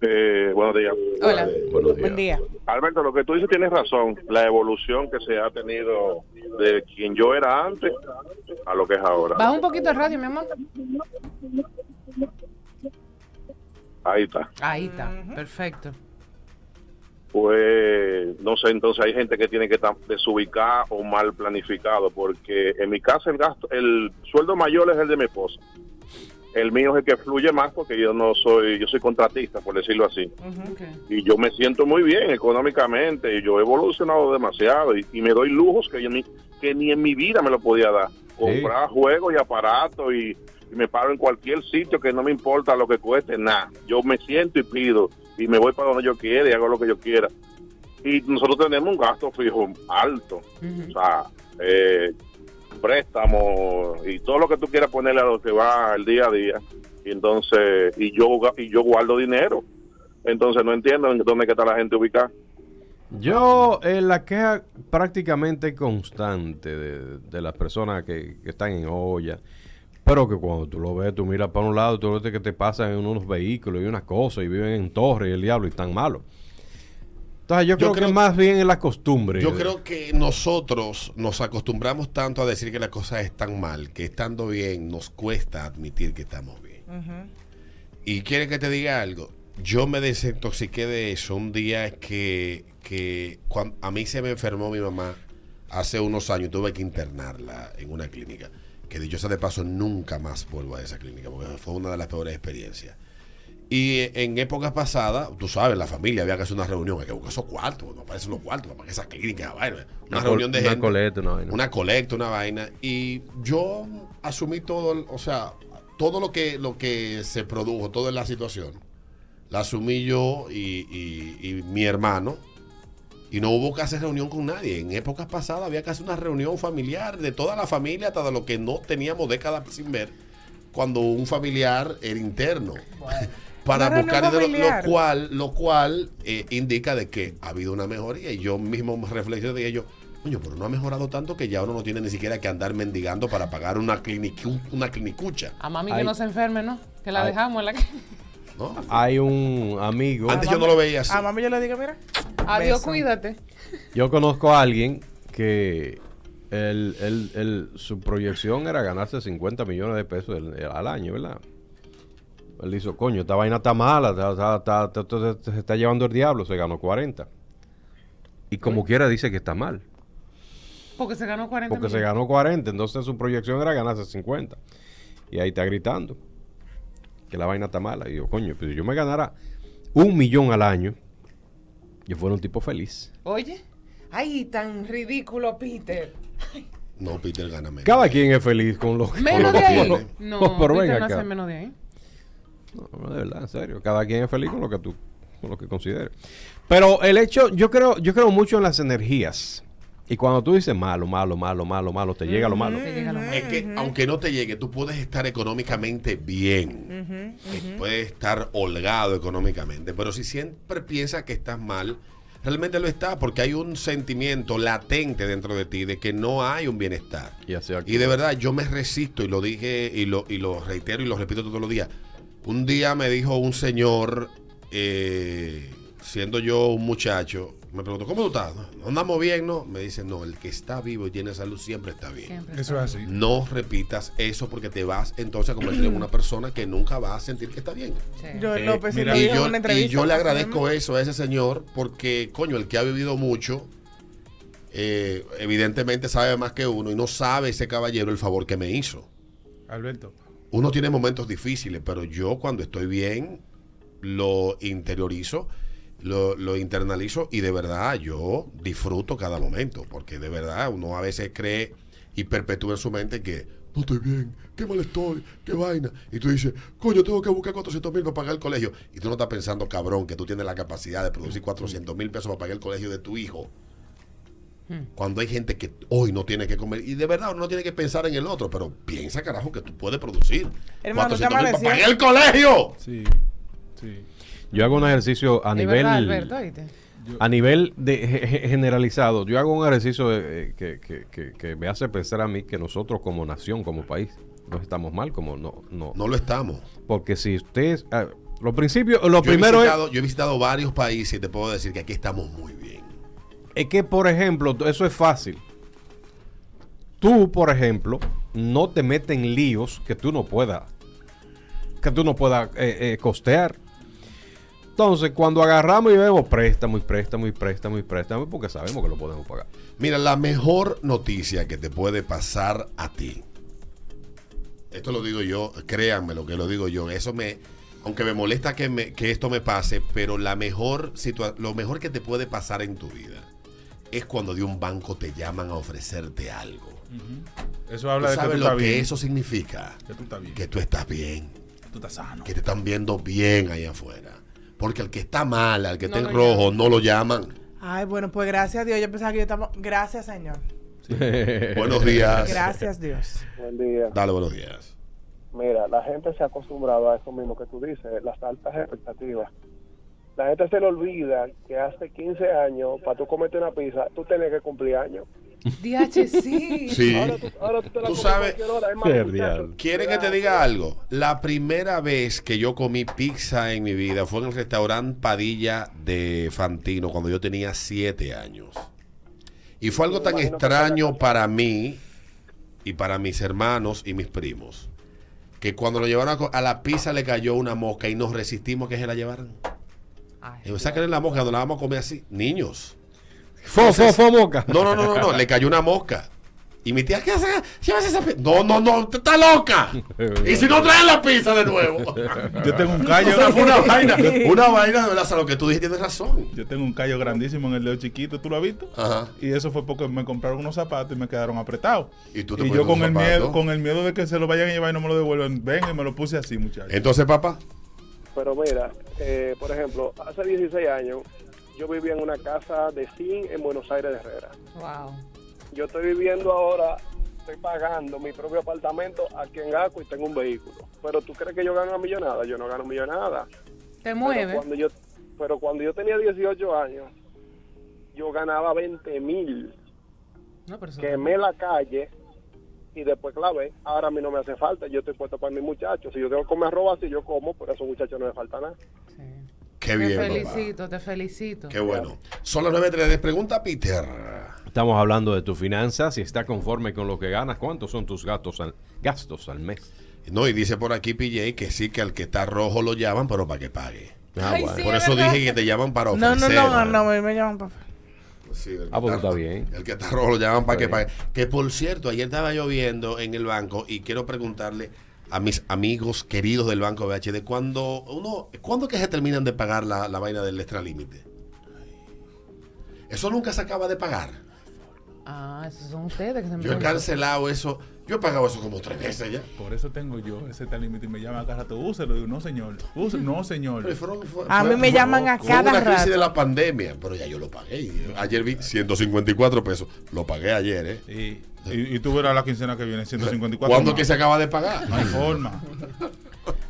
Speaker 10: Eh, buenos días. Eh,
Speaker 2: Hola.
Speaker 4: Buenos
Speaker 3: Buen día.
Speaker 10: Alberto, lo que tú dices tienes razón. La evolución que se ha tenido de quien yo era antes a lo que es ahora.
Speaker 2: Baja un poquito el radio, mi amor.
Speaker 10: Ahí está.
Speaker 2: Ahí está, perfecto.
Speaker 10: Pues no sé, entonces hay gente que tiene que estar desubicada o mal planificado, porque en mi casa el gasto, el sueldo mayor es el de mi esposa. El mío es el que fluye más porque yo no soy, yo soy contratista, por decirlo así. Y yo me siento muy bien económicamente, y yo he evolucionado demasiado y, y me doy lujos que, yo ni, que ni en mi vida me lo podía dar. Comprar juegos y aparatos y, y me paro en cualquier sitio que no me importa lo que cueste, nada. Yo me siento y pido y me voy para donde yo quiera y hago lo que yo quiera. Y nosotros tenemos un gasto fijo alto, o sea, eh, préstamos y todo lo que tú quieras ponerle a lo que va el día a día. Y entonces, y yo, ga- y yo guardo dinero. Entonces no entiendo en dónde que está la gente ubicada.
Speaker 4: Yo, eh, la queja prácticamente constante de, de las personas que, que están en olla, pero que cuando tú lo ves, tú miras para un lado, tú ves que te pasan en unos vehículos y unas cosas, y viven en torres y el diablo, y están malos. Entonces, yo, creo, que más bien es la costumbre.
Speaker 1: Yo creo que nosotros nos acostumbramos tanto a decir que las cosas están mal, que estando bien nos cuesta admitir que estamos bien. Y quiere que te diga algo. Yo me desintoxiqué de eso un día que, que cuan- a mí se me enfermó mi mamá hace unos años. Tuve que internarla en una clínica. Que dicho sea de paso, nunca más vuelvo a esa clínica porque fue una de las peores experiencias. Y eh, en épocas pasadas, tú sabes, la familia había que hacer una reunión, hay que buscar esos cuartos, no aparecen los cuartos, para que esa clínica, vaina, una,
Speaker 4: col-
Speaker 1: reunión de
Speaker 4: una
Speaker 1: gente
Speaker 4: coleta, una vaina.
Speaker 1: una colecta, una vaina. Y yo asumí todo, o sea, todo lo que, lo que se produjo, toda la situación, la asumí yo y, y- y mi hermano. Y no hubo que hacer reunión con nadie. En épocas pasadas había que hacer una reunión familiar de toda la familia, hasta de lo que no teníamos décadas sin ver, cuando un familiar era interno. Para
Speaker 3: Una reunión
Speaker 1: buscar dinero,
Speaker 3: familiar.
Speaker 1: lo cual, lo cual eh, indica de que ha habido una mejoría. Y yo mismo me reflexioné de ello. Coño, pero no ha mejorado tanto que ya uno no tiene ni siquiera que andar mendigando para pagar una, clinicu- una clinicucha.
Speaker 2: A mami que
Speaker 4: Ay.
Speaker 2: no se enferme, ¿no? Que la
Speaker 4: Ay.
Speaker 2: dejamos en la
Speaker 1: ¿no?
Speaker 4: Hay un amigo.
Speaker 1: Antes yo no lo veía así.
Speaker 3: A mami yo le digo, mira.
Speaker 2: Adiós,
Speaker 3: beso.
Speaker 2: cuídate.
Speaker 4: Yo conozco a alguien que el- el- el- su proyección era ganarse 50 millones de pesos el- el- al año, ¿verdad? Él dijo, coño, esta vaina está mala, está- está- está- está- está- está- se está llevando el diablo, se ganó 40. Y como quiera dice que está mal,
Speaker 2: Porque se ganó 40
Speaker 4: porque se
Speaker 2: millones.
Speaker 4: ganó 40, entonces su proyección era ganarse 50. Y ahí está gritando que la vaina está mala. Y yo, coño, pues si yo me ganara un millón al año, yo fuera un tipo feliz.
Speaker 2: Oye, ay, tan ridículo, Peter.
Speaker 1: No, Peter, gáname.
Speaker 4: Cada quien es feliz con lo con lo
Speaker 2: Menos
Speaker 4: que
Speaker 2: de ahí.
Speaker 4: tiene.
Speaker 2: No,
Speaker 1: Pues,
Speaker 4: pero
Speaker 2: Peter
Speaker 4: ven
Speaker 2: no
Speaker 4: acá.
Speaker 2: hace menos de ahí.
Speaker 4: No, no, de verdad, en serio. Cada quien es feliz con lo que tú, con lo que consideres. Pero el hecho, yo creo, yo creo mucho en las energías. Y cuando tú dices malo, malo, malo, malo, malo, te llega lo malo.
Speaker 2: Te llega lo malo.
Speaker 1: Es que aunque no te llegue, tú puedes estar económicamente bien. Eh, Puedes estar holgado económicamente. Pero si siempre piensas que estás mal, realmente lo estás porque hay un sentimiento latente dentro de ti de que no hay un bienestar.
Speaker 4: Y así
Speaker 1: Y de verdad, yo me resisto y lo dije y lo, y lo reitero y lo repito todos los días. Un día me dijo un señor, eh, siendo yo un muchacho, me preguntó, ¿cómo tú estás? ¿No andamos bien, no? Me dice, no, el que está vivo y tiene salud siempre está bien.
Speaker 2: Siempre.
Speaker 13: Eso es así.
Speaker 1: No repitas eso porque te vas entonces a convertir en una persona que nunca va a sentir que está bien.
Speaker 2: Sí.
Speaker 3: Yo,
Speaker 13: Eh,
Speaker 3: López,
Speaker 13: mira.
Speaker 3: lo
Speaker 1: Y
Speaker 3: dijo en
Speaker 1: yo,
Speaker 3: una
Speaker 1: y
Speaker 3: entrevista.
Speaker 1: yo le agradezco eso a ese señor porque, coño, el que ha vivido mucho, eh, evidentemente sabe más que uno y no sabe ese caballero el favor que me hizo.
Speaker 13: Alberto.
Speaker 1: Uno tiene momentos difíciles, pero yo cuando estoy bien lo interiorizo, lo, lo internalizo y de verdad yo disfruto cada momento, porque de verdad uno a veces cree y perpetúa en su mente que no estoy bien, qué mal estoy, qué vaina. Y tú dices, coño, tengo que buscar 400 mil para pagar el colegio. Y tú no estás pensando, cabrón, que tú tienes la capacidad de producir 400 mil pesos para pagar el colegio de tu hijo. Cuando hay gente que hoy no tiene que comer, y de verdad uno no tiene que pensar en el otro, pero piensa, carajo, que tú puedes producir.
Speaker 3: Hermano, ¿te
Speaker 1: 400 mil para
Speaker 3: amaneció?
Speaker 1: pagar el colegio.
Speaker 13: Sí. Sí.
Speaker 4: Yo hago un ejercicio a
Speaker 2: Es
Speaker 4: nivel.
Speaker 2: verdad, Alberto, ¿oíste?
Speaker 4: A nivel de, je- je- generalizado, yo hago un ejercicio eh, eh, que, que- que- que me hace pensar a mí que nosotros como nación, como país, no estamos mal, como no, no.
Speaker 1: No lo estamos.
Speaker 4: Porque si ustedes, ah, lo principio, lo
Speaker 1: Yo he,
Speaker 4: primero es,
Speaker 1: visitado, yo he visitado varios países y te puedo decir que aquí estamos muy bien.
Speaker 4: es que, por ejemplo, eso es fácil. Tú, por ejemplo, no te metes en líos que tú no puedas, que tú no puedas eh, eh, costear. Entonces, cuando agarramos y vemos préstamo y préstamo y préstamo y préstamo, porque sabemos que lo podemos pagar.
Speaker 1: Mira, la mejor noticia que te puede pasar a ti. Esto lo digo yo, créanme lo que lo digo yo. Eso me, aunque me molesta que, me- que esto me pase, pero la mejor situa- lo mejor que te puede pasar en tu vida es cuando de un banco te llaman a ofrecerte algo.
Speaker 13: Eso habla de
Speaker 1: ¿Tú
Speaker 13: que tú
Speaker 1: sabes
Speaker 13: estás
Speaker 1: lo que
Speaker 13: bien.
Speaker 1: eso significa?
Speaker 13: Que tú estás bien.
Speaker 1: Que tú estás bien,
Speaker 13: tú estás sano.
Speaker 1: que te están viendo bien allá afuera. Porque al que está mal, al que
Speaker 2: No
Speaker 1: está en
Speaker 2: lo
Speaker 1: rojo, no lo llaman.
Speaker 3: Ay, bueno, pues gracias a Dios. Yo pensaba que yo estaba. Gracias, Señor.
Speaker 1: Buenos días.
Speaker 3: Gracias, Dios.
Speaker 8: Buen día.
Speaker 1: Dale, buenos días.
Speaker 8: Mira, la gente se ha acostumbrado a eso mismo que tú dices, las altas expectativas. La gente se le olvida que hace 15 años, para tú comerte una pizza, tú tenías que cumplir años.
Speaker 2: DH, sí.
Speaker 1: Sí.
Speaker 8: Ahora tú, ahora tú te la
Speaker 1: Tú
Speaker 8: comes a
Speaker 1: sabes-
Speaker 8: cualquier hora, es más,
Speaker 4: Qué
Speaker 8: muchacho,
Speaker 4: diablo.
Speaker 1: ¿Quiere que te diga algo? La primera vez que yo comí pizza en mi vida fue en el restaurante Padilla de Fantino cuando yo tenía siete años. Y fue algo tan extraño para mí y para mis hermanos y mis primos que cuando lo llevaron a, co- a la pizza le cayó una mosca y nos resistimos a que se la llevaran. Digo, Sáquenle la mosca, no la vamos a comer así. Niños.
Speaker 4: Fo, fo, fo, moca.
Speaker 1: No, no, no, no, no, le cayó una mosca. Y mi tía, ¿qué hace? Llévase esa pizza. No, no, no, usted está loca. Y si no traen la pizza de nuevo.
Speaker 13: Yo tengo un
Speaker 1: O
Speaker 13: callo.
Speaker 1: sea, fue una vaina, una vaina de verdad, o sea, lo que tú dijiste tienes razón.
Speaker 13: Yo tengo un callo grandísimo en el dedo chiquito, ¿tú lo has visto?
Speaker 1: Ajá.
Speaker 13: Y eso fue porque me compraron unos zapatos y me quedaron apretados.
Speaker 1: Y tú te
Speaker 13: yo
Speaker 1: pones
Speaker 13: con
Speaker 1: un
Speaker 13: el
Speaker 1: zapato.
Speaker 13: miedo, con el miedo de que se lo vayan a llevar y no me lo devuelvan. Ven y me lo puse así, muchachos.
Speaker 1: Entonces, papá,
Speaker 8: Pero mira, eh, por ejemplo, hace 16 años yo vivía en una casa de zinc en Buenos Aires de Herrera.
Speaker 2: Wow.
Speaker 8: Yo estoy viviendo ahora, estoy pagando mi propio apartamento aquí en Aco y tengo un vehículo. Pero tú crees que yo gano una millonada, yo no gano millonada.
Speaker 2: Te
Speaker 8: Pero
Speaker 2: mueve.
Speaker 8: cuando yo, pero cuando yo tenía 18 años, yo ganaba 20 mil,
Speaker 2: No, pero eso-
Speaker 8: quemé la calle y después clavé. Ahora a mí no me hace falta, yo estoy puesto para mis muchachos. Si yo tengo que comer roba, si yo como, por esos muchachos no me falta nada.
Speaker 2: sí.
Speaker 1: qué
Speaker 2: Te
Speaker 1: bien. papá.
Speaker 2: felicito, te felicito.
Speaker 1: Qué bueno. Son las 9.33. Pregunta a Peter.
Speaker 4: Estamos hablando de tus finanzas, si estás conforme con lo que ganas, ¿cuántos son tus gastos al, gastos al mes?
Speaker 1: No, y dice por aquí PJ que sí, que al que está rojo lo llaman, pero para que pague. Ah,
Speaker 2: Ay, sí,
Speaker 1: Por
Speaker 2: es
Speaker 1: eso
Speaker 2: verdad.
Speaker 1: dije que te llaman para
Speaker 3: No,
Speaker 1: ofrecer.
Speaker 3: no, no, no, no, me, me llaman papá.
Speaker 1: Sí, el que
Speaker 4: Ah, pues está bien.
Speaker 1: El que está rojo lo llaman para que
Speaker 4: Está
Speaker 1: pague. Que por cierto, ayer estaba lloviendo en el banco y quiero preguntarle a mis amigos queridos del banco BHD, ¿cuándo, uno, ¿cuándo que se terminan de pagar la, la vaina del extralímite? Eso nunca se acaba de pagar.
Speaker 2: Ah, esos son ustedes que se
Speaker 1: Yo he
Speaker 2: me
Speaker 1: cancelado eso. Yo he pagado eso como tres veces ya.
Speaker 13: Por eso tengo yo ese tal límite y me llama cada rato, úselo. Digo, no, señor, úselo, no, señor.
Speaker 1: Pero fueron- fue-
Speaker 3: A
Speaker 1: fue-
Speaker 3: mí me
Speaker 1: fue-
Speaker 3: llaman a
Speaker 1: fue
Speaker 3: cada
Speaker 1: una crisis
Speaker 3: rato.
Speaker 1: de la pandemia, pero ya yo lo pagué. Ayer vi 154 pesos. Lo pagué ayer, ¿eh?
Speaker 13: Y, y- y tú verás la quincena que viene, 154.
Speaker 1: ¿Cuándo
Speaker 13: más.
Speaker 1: que se acaba de pagar?
Speaker 13: No hay forma.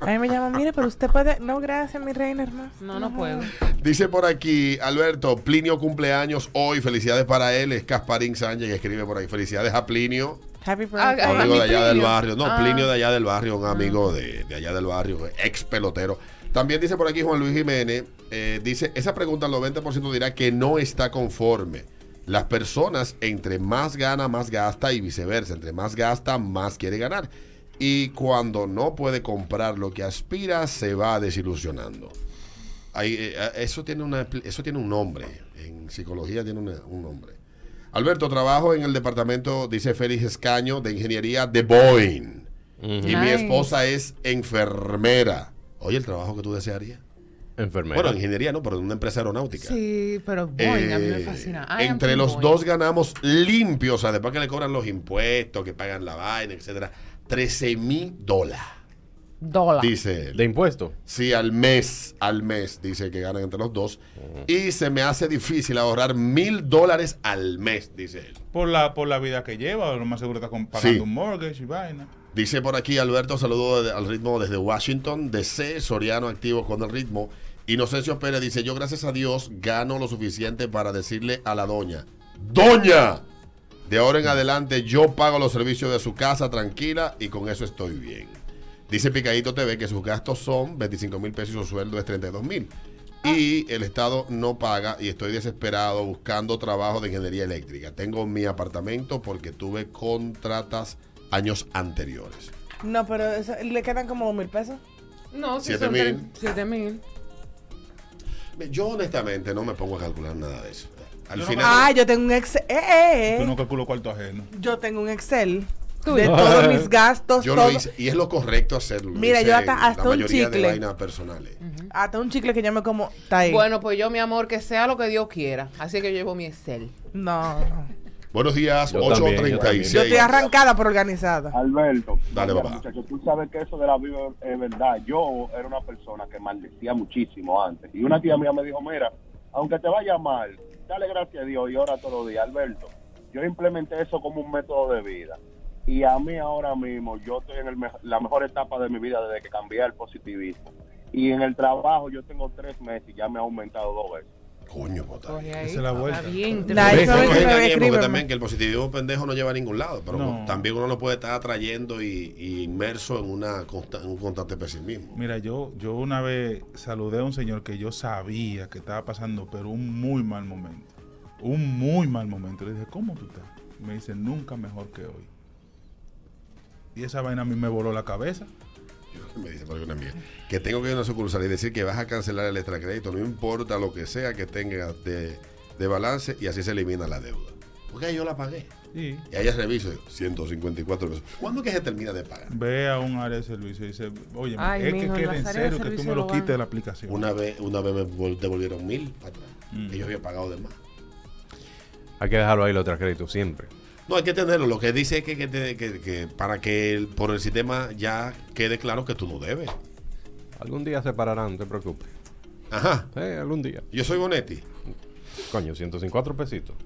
Speaker 3: A mí me llaman, mire, pero usted puede. No, gracias, mi reina, hermano.
Speaker 2: No, no puedo.
Speaker 1: Mm. Dice por aquí, Alberto, Plinio cumpleaños hoy. Felicidades para él. Es Casparín Sánchez que escribe por ahí. Felicidades a Plinio,
Speaker 3: Happy birthday.
Speaker 2: Ah,
Speaker 1: un
Speaker 2: a
Speaker 1: amigo
Speaker 2: mi
Speaker 1: de allá del
Speaker 2: Plinio.
Speaker 1: barrio. No,
Speaker 2: Ah.
Speaker 1: Plinio de allá del barrio, un amigo de, de allá del barrio, ex pelotero. También dice por aquí Juan Luis Jiménez, eh, dice, esa pregunta el 90% dirá que no está conforme. Las personas entre más gana, más gasta y viceversa. Entre más gasta, más quiere ganar. Y cuando no puede comprar lo que aspira, se va desilusionando. Ahí, eh, eh, eso, tiene una, expli- eso tiene un nombre. En psicología tiene una- un nombre. Alberto, trabajo en el departamento, dice Félix Escaño, de ingeniería de Boeing. Y mi
Speaker 2: Nice.
Speaker 1: esposa es enfermera. Oye, el trabajo que tú desearías.
Speaker 4: Enfermera.
Speaker 1: Bueno, ingeniería no, pero en una empresa aeronáutica.
Speaker 2: Sí, pero Boeing a mí me
Speaker 1: Eh,
Speaker 2: fascina. I am
Speaker 1: entre
Speaker 2: team
Speaker 1: los
Speaker 2: Boeing.
Speaker 1: dos ganamos limpios, o sea, después que le cobran los impuestos, que pagan la vaina, etcétera, 13 mil dólares,
Speaker 2: dólares.
Speaker 1: dice él.
Speaker 4: ¿De impuestos?
Speaker 1: Sí, al mes, al mes, dice que ganan entre los dos. Y se me hace difícil ahorrar mil dólares al mes, dice él.
Speaker 13: Por la, por la vida que lleva, lo más seguro está con- pagando
Speaker 1: Sí.
Speaker 13: un mortgage y vaina.
Speaker 1: Dice por aquí Alberto, saludo de- al ritmo desde Washington, DC, Soriano activo con el ritmo. Inocencio Pérez dice, yo gracias a Dios gano lo suficiente para decirle a la doña, doña, de ahora en adelante yo pago los servicios de su casa tranquila y con eso estoy bien. Dice Picadito TV que sus gastos son 25 mil pesos y su sueldo es 32 mil. Y el Estado no paga y estoy desesperado buscando trabajo de ingeniería eléctrica. Tengo mi apartamento porque tuve contratas años anteriores.
Speaker 3: No, pero eso- le quedan como dos mil pesos.
Speaker 2: No, sí,
Speaker 1: Siete
Speaker 2: son
Speaker 1: mil.
Speaker 2: tre- siete mil.
Speaker 1: Yo honestamente no me pongo a calcular nada de eso. Al
Speaker 13: Yo no
Speaker 1: final,
Speaker 3: Ah, yo tengo un Excel. Eh, eh, eh.
Speaker 13: Yo no calculo cuarto ajeno.
Speaker 3: Yo tengo un Excel de todos mis gastos.
Speaker 1: Yo
Speaker 3: todo.
Speaker 1: lo hice, y es lo correcto hacerlo. lo
Speaker 3: Mira,
Speaker 1: hice
Speaker 3: yo hasta-
Speaker 1: en
Speaker 3: hasta
Speaker 1: la
Speaker 3: un
Speaker 1: mayoría de
Speaker 3: chicle.
Speaker 1: vainas personales.
Speaker 3: Hasta un chicle que yo me como. Está ahí.
Speaker 2: Bueno, pues yo, mi amor, que sea lo que Dios quiera. Así que yo llevo mi Excel.
Speaker 3: No, no.
Speaker 1: Buenos días,
Speaker 8: Yo también, yo también.
Speaker 3: Yo estoy
Speaker 1: 8.36.
Speaker 3: arrancada pero organizada.
Speaker 8: Alberto,
Speaker 1: Dale,
Speaker 8: mira,
Speaker 1: papá.
Speaker 8: muchacho, tú sabes que eso de la Biblia es verdad. Yo era una persona que maldecía muchísimo antes. Y una tía mía me dijo, mira, aunque te vaya mal, dale gracias a Dios y ora todos los días, Alberto. Yo implementé eso como un método de vida. Y a mí ahora mismo, yo estoy en el me- la mejor etapa de mi vida desde que cambié al positivismo. Y en el trabajo yo tengo tres meses y ya me ha aumentado dos veces.
Speaker 1: Coño, bota.
Speaker 13: pues, Esa es la vuelta.
Speaker 2: bien,
Speaker 1: Porque
Speaker 2: La
Speaker 1: no
Speaker 2: exnovia
Speaker 1: nos
Speaker 2: que me
Speaker 1: engañemos,
Speaker 2: escribe,
Speaker 1: que también que el positivismo pendejo no lleva a ningún lado, pero
Speaker 13: No.
Speaker 1: también uno lo puede estar atrayendo y, y inmerso en, una consta- en un constante pesimismo.
Speaker 13: Mira, yo, yo una vez saludé a un señor que yo sabía que estaba pasando, pero un muy mal momento. Un muy mal momento. Le dije, ¿cómo tú estás? Me dice, nunca mejor que hoy. Y esa vaina a mí me voló la cabeza.
Speaker 1: Me dice por alguna mierda, que tengo que ir a una sucursal y decir que vas a cancelar el extracrédito, no importa lo que sea que tengas de, de balance y así se elimina la deuda. Porque yo la pagué.
Speaker 13: Sí.
Speaker 1: Y ahí reviso, 154 pesos. ¿Cuándo que se termina de pagar?
Speaker 13: Ve a un área de servicio y dice, oye,
Speaker 1: Ay,
Speaker 13: es que
Speaker 1: mijo,
Speaker 13: quede
Speaker 1: las
Speaker 13: en
Speaker 1: áreas de
Speaker 13: serio que tú
Speaker 1: servicio
Speaker 13: me
Speaker 1: lo
Speaker 13: lo
Speaker 1: van.
Speaker 13: quites de la aplicación.
Speaker 1: Una vez, una vez me vol- devolvieron mil para atrás, que yo había pagado de más.
Speaker 4: Hay que dejarlo ahí los tres créditos siempre.
Speaker 1: No, hay que tenerlo. Lo que dice es que, que te- que- que para que el- por el sistema ya quede claro que tú no debes.
Speaker 4: Algún día se pararán, no te preocupes.
Speaker 1: Ajá.
Speaker 4: Sí, Eh, algún día.
Speaker 1: Yo soy Bonetti.
Speaker 4: Coño, 154 pesitos.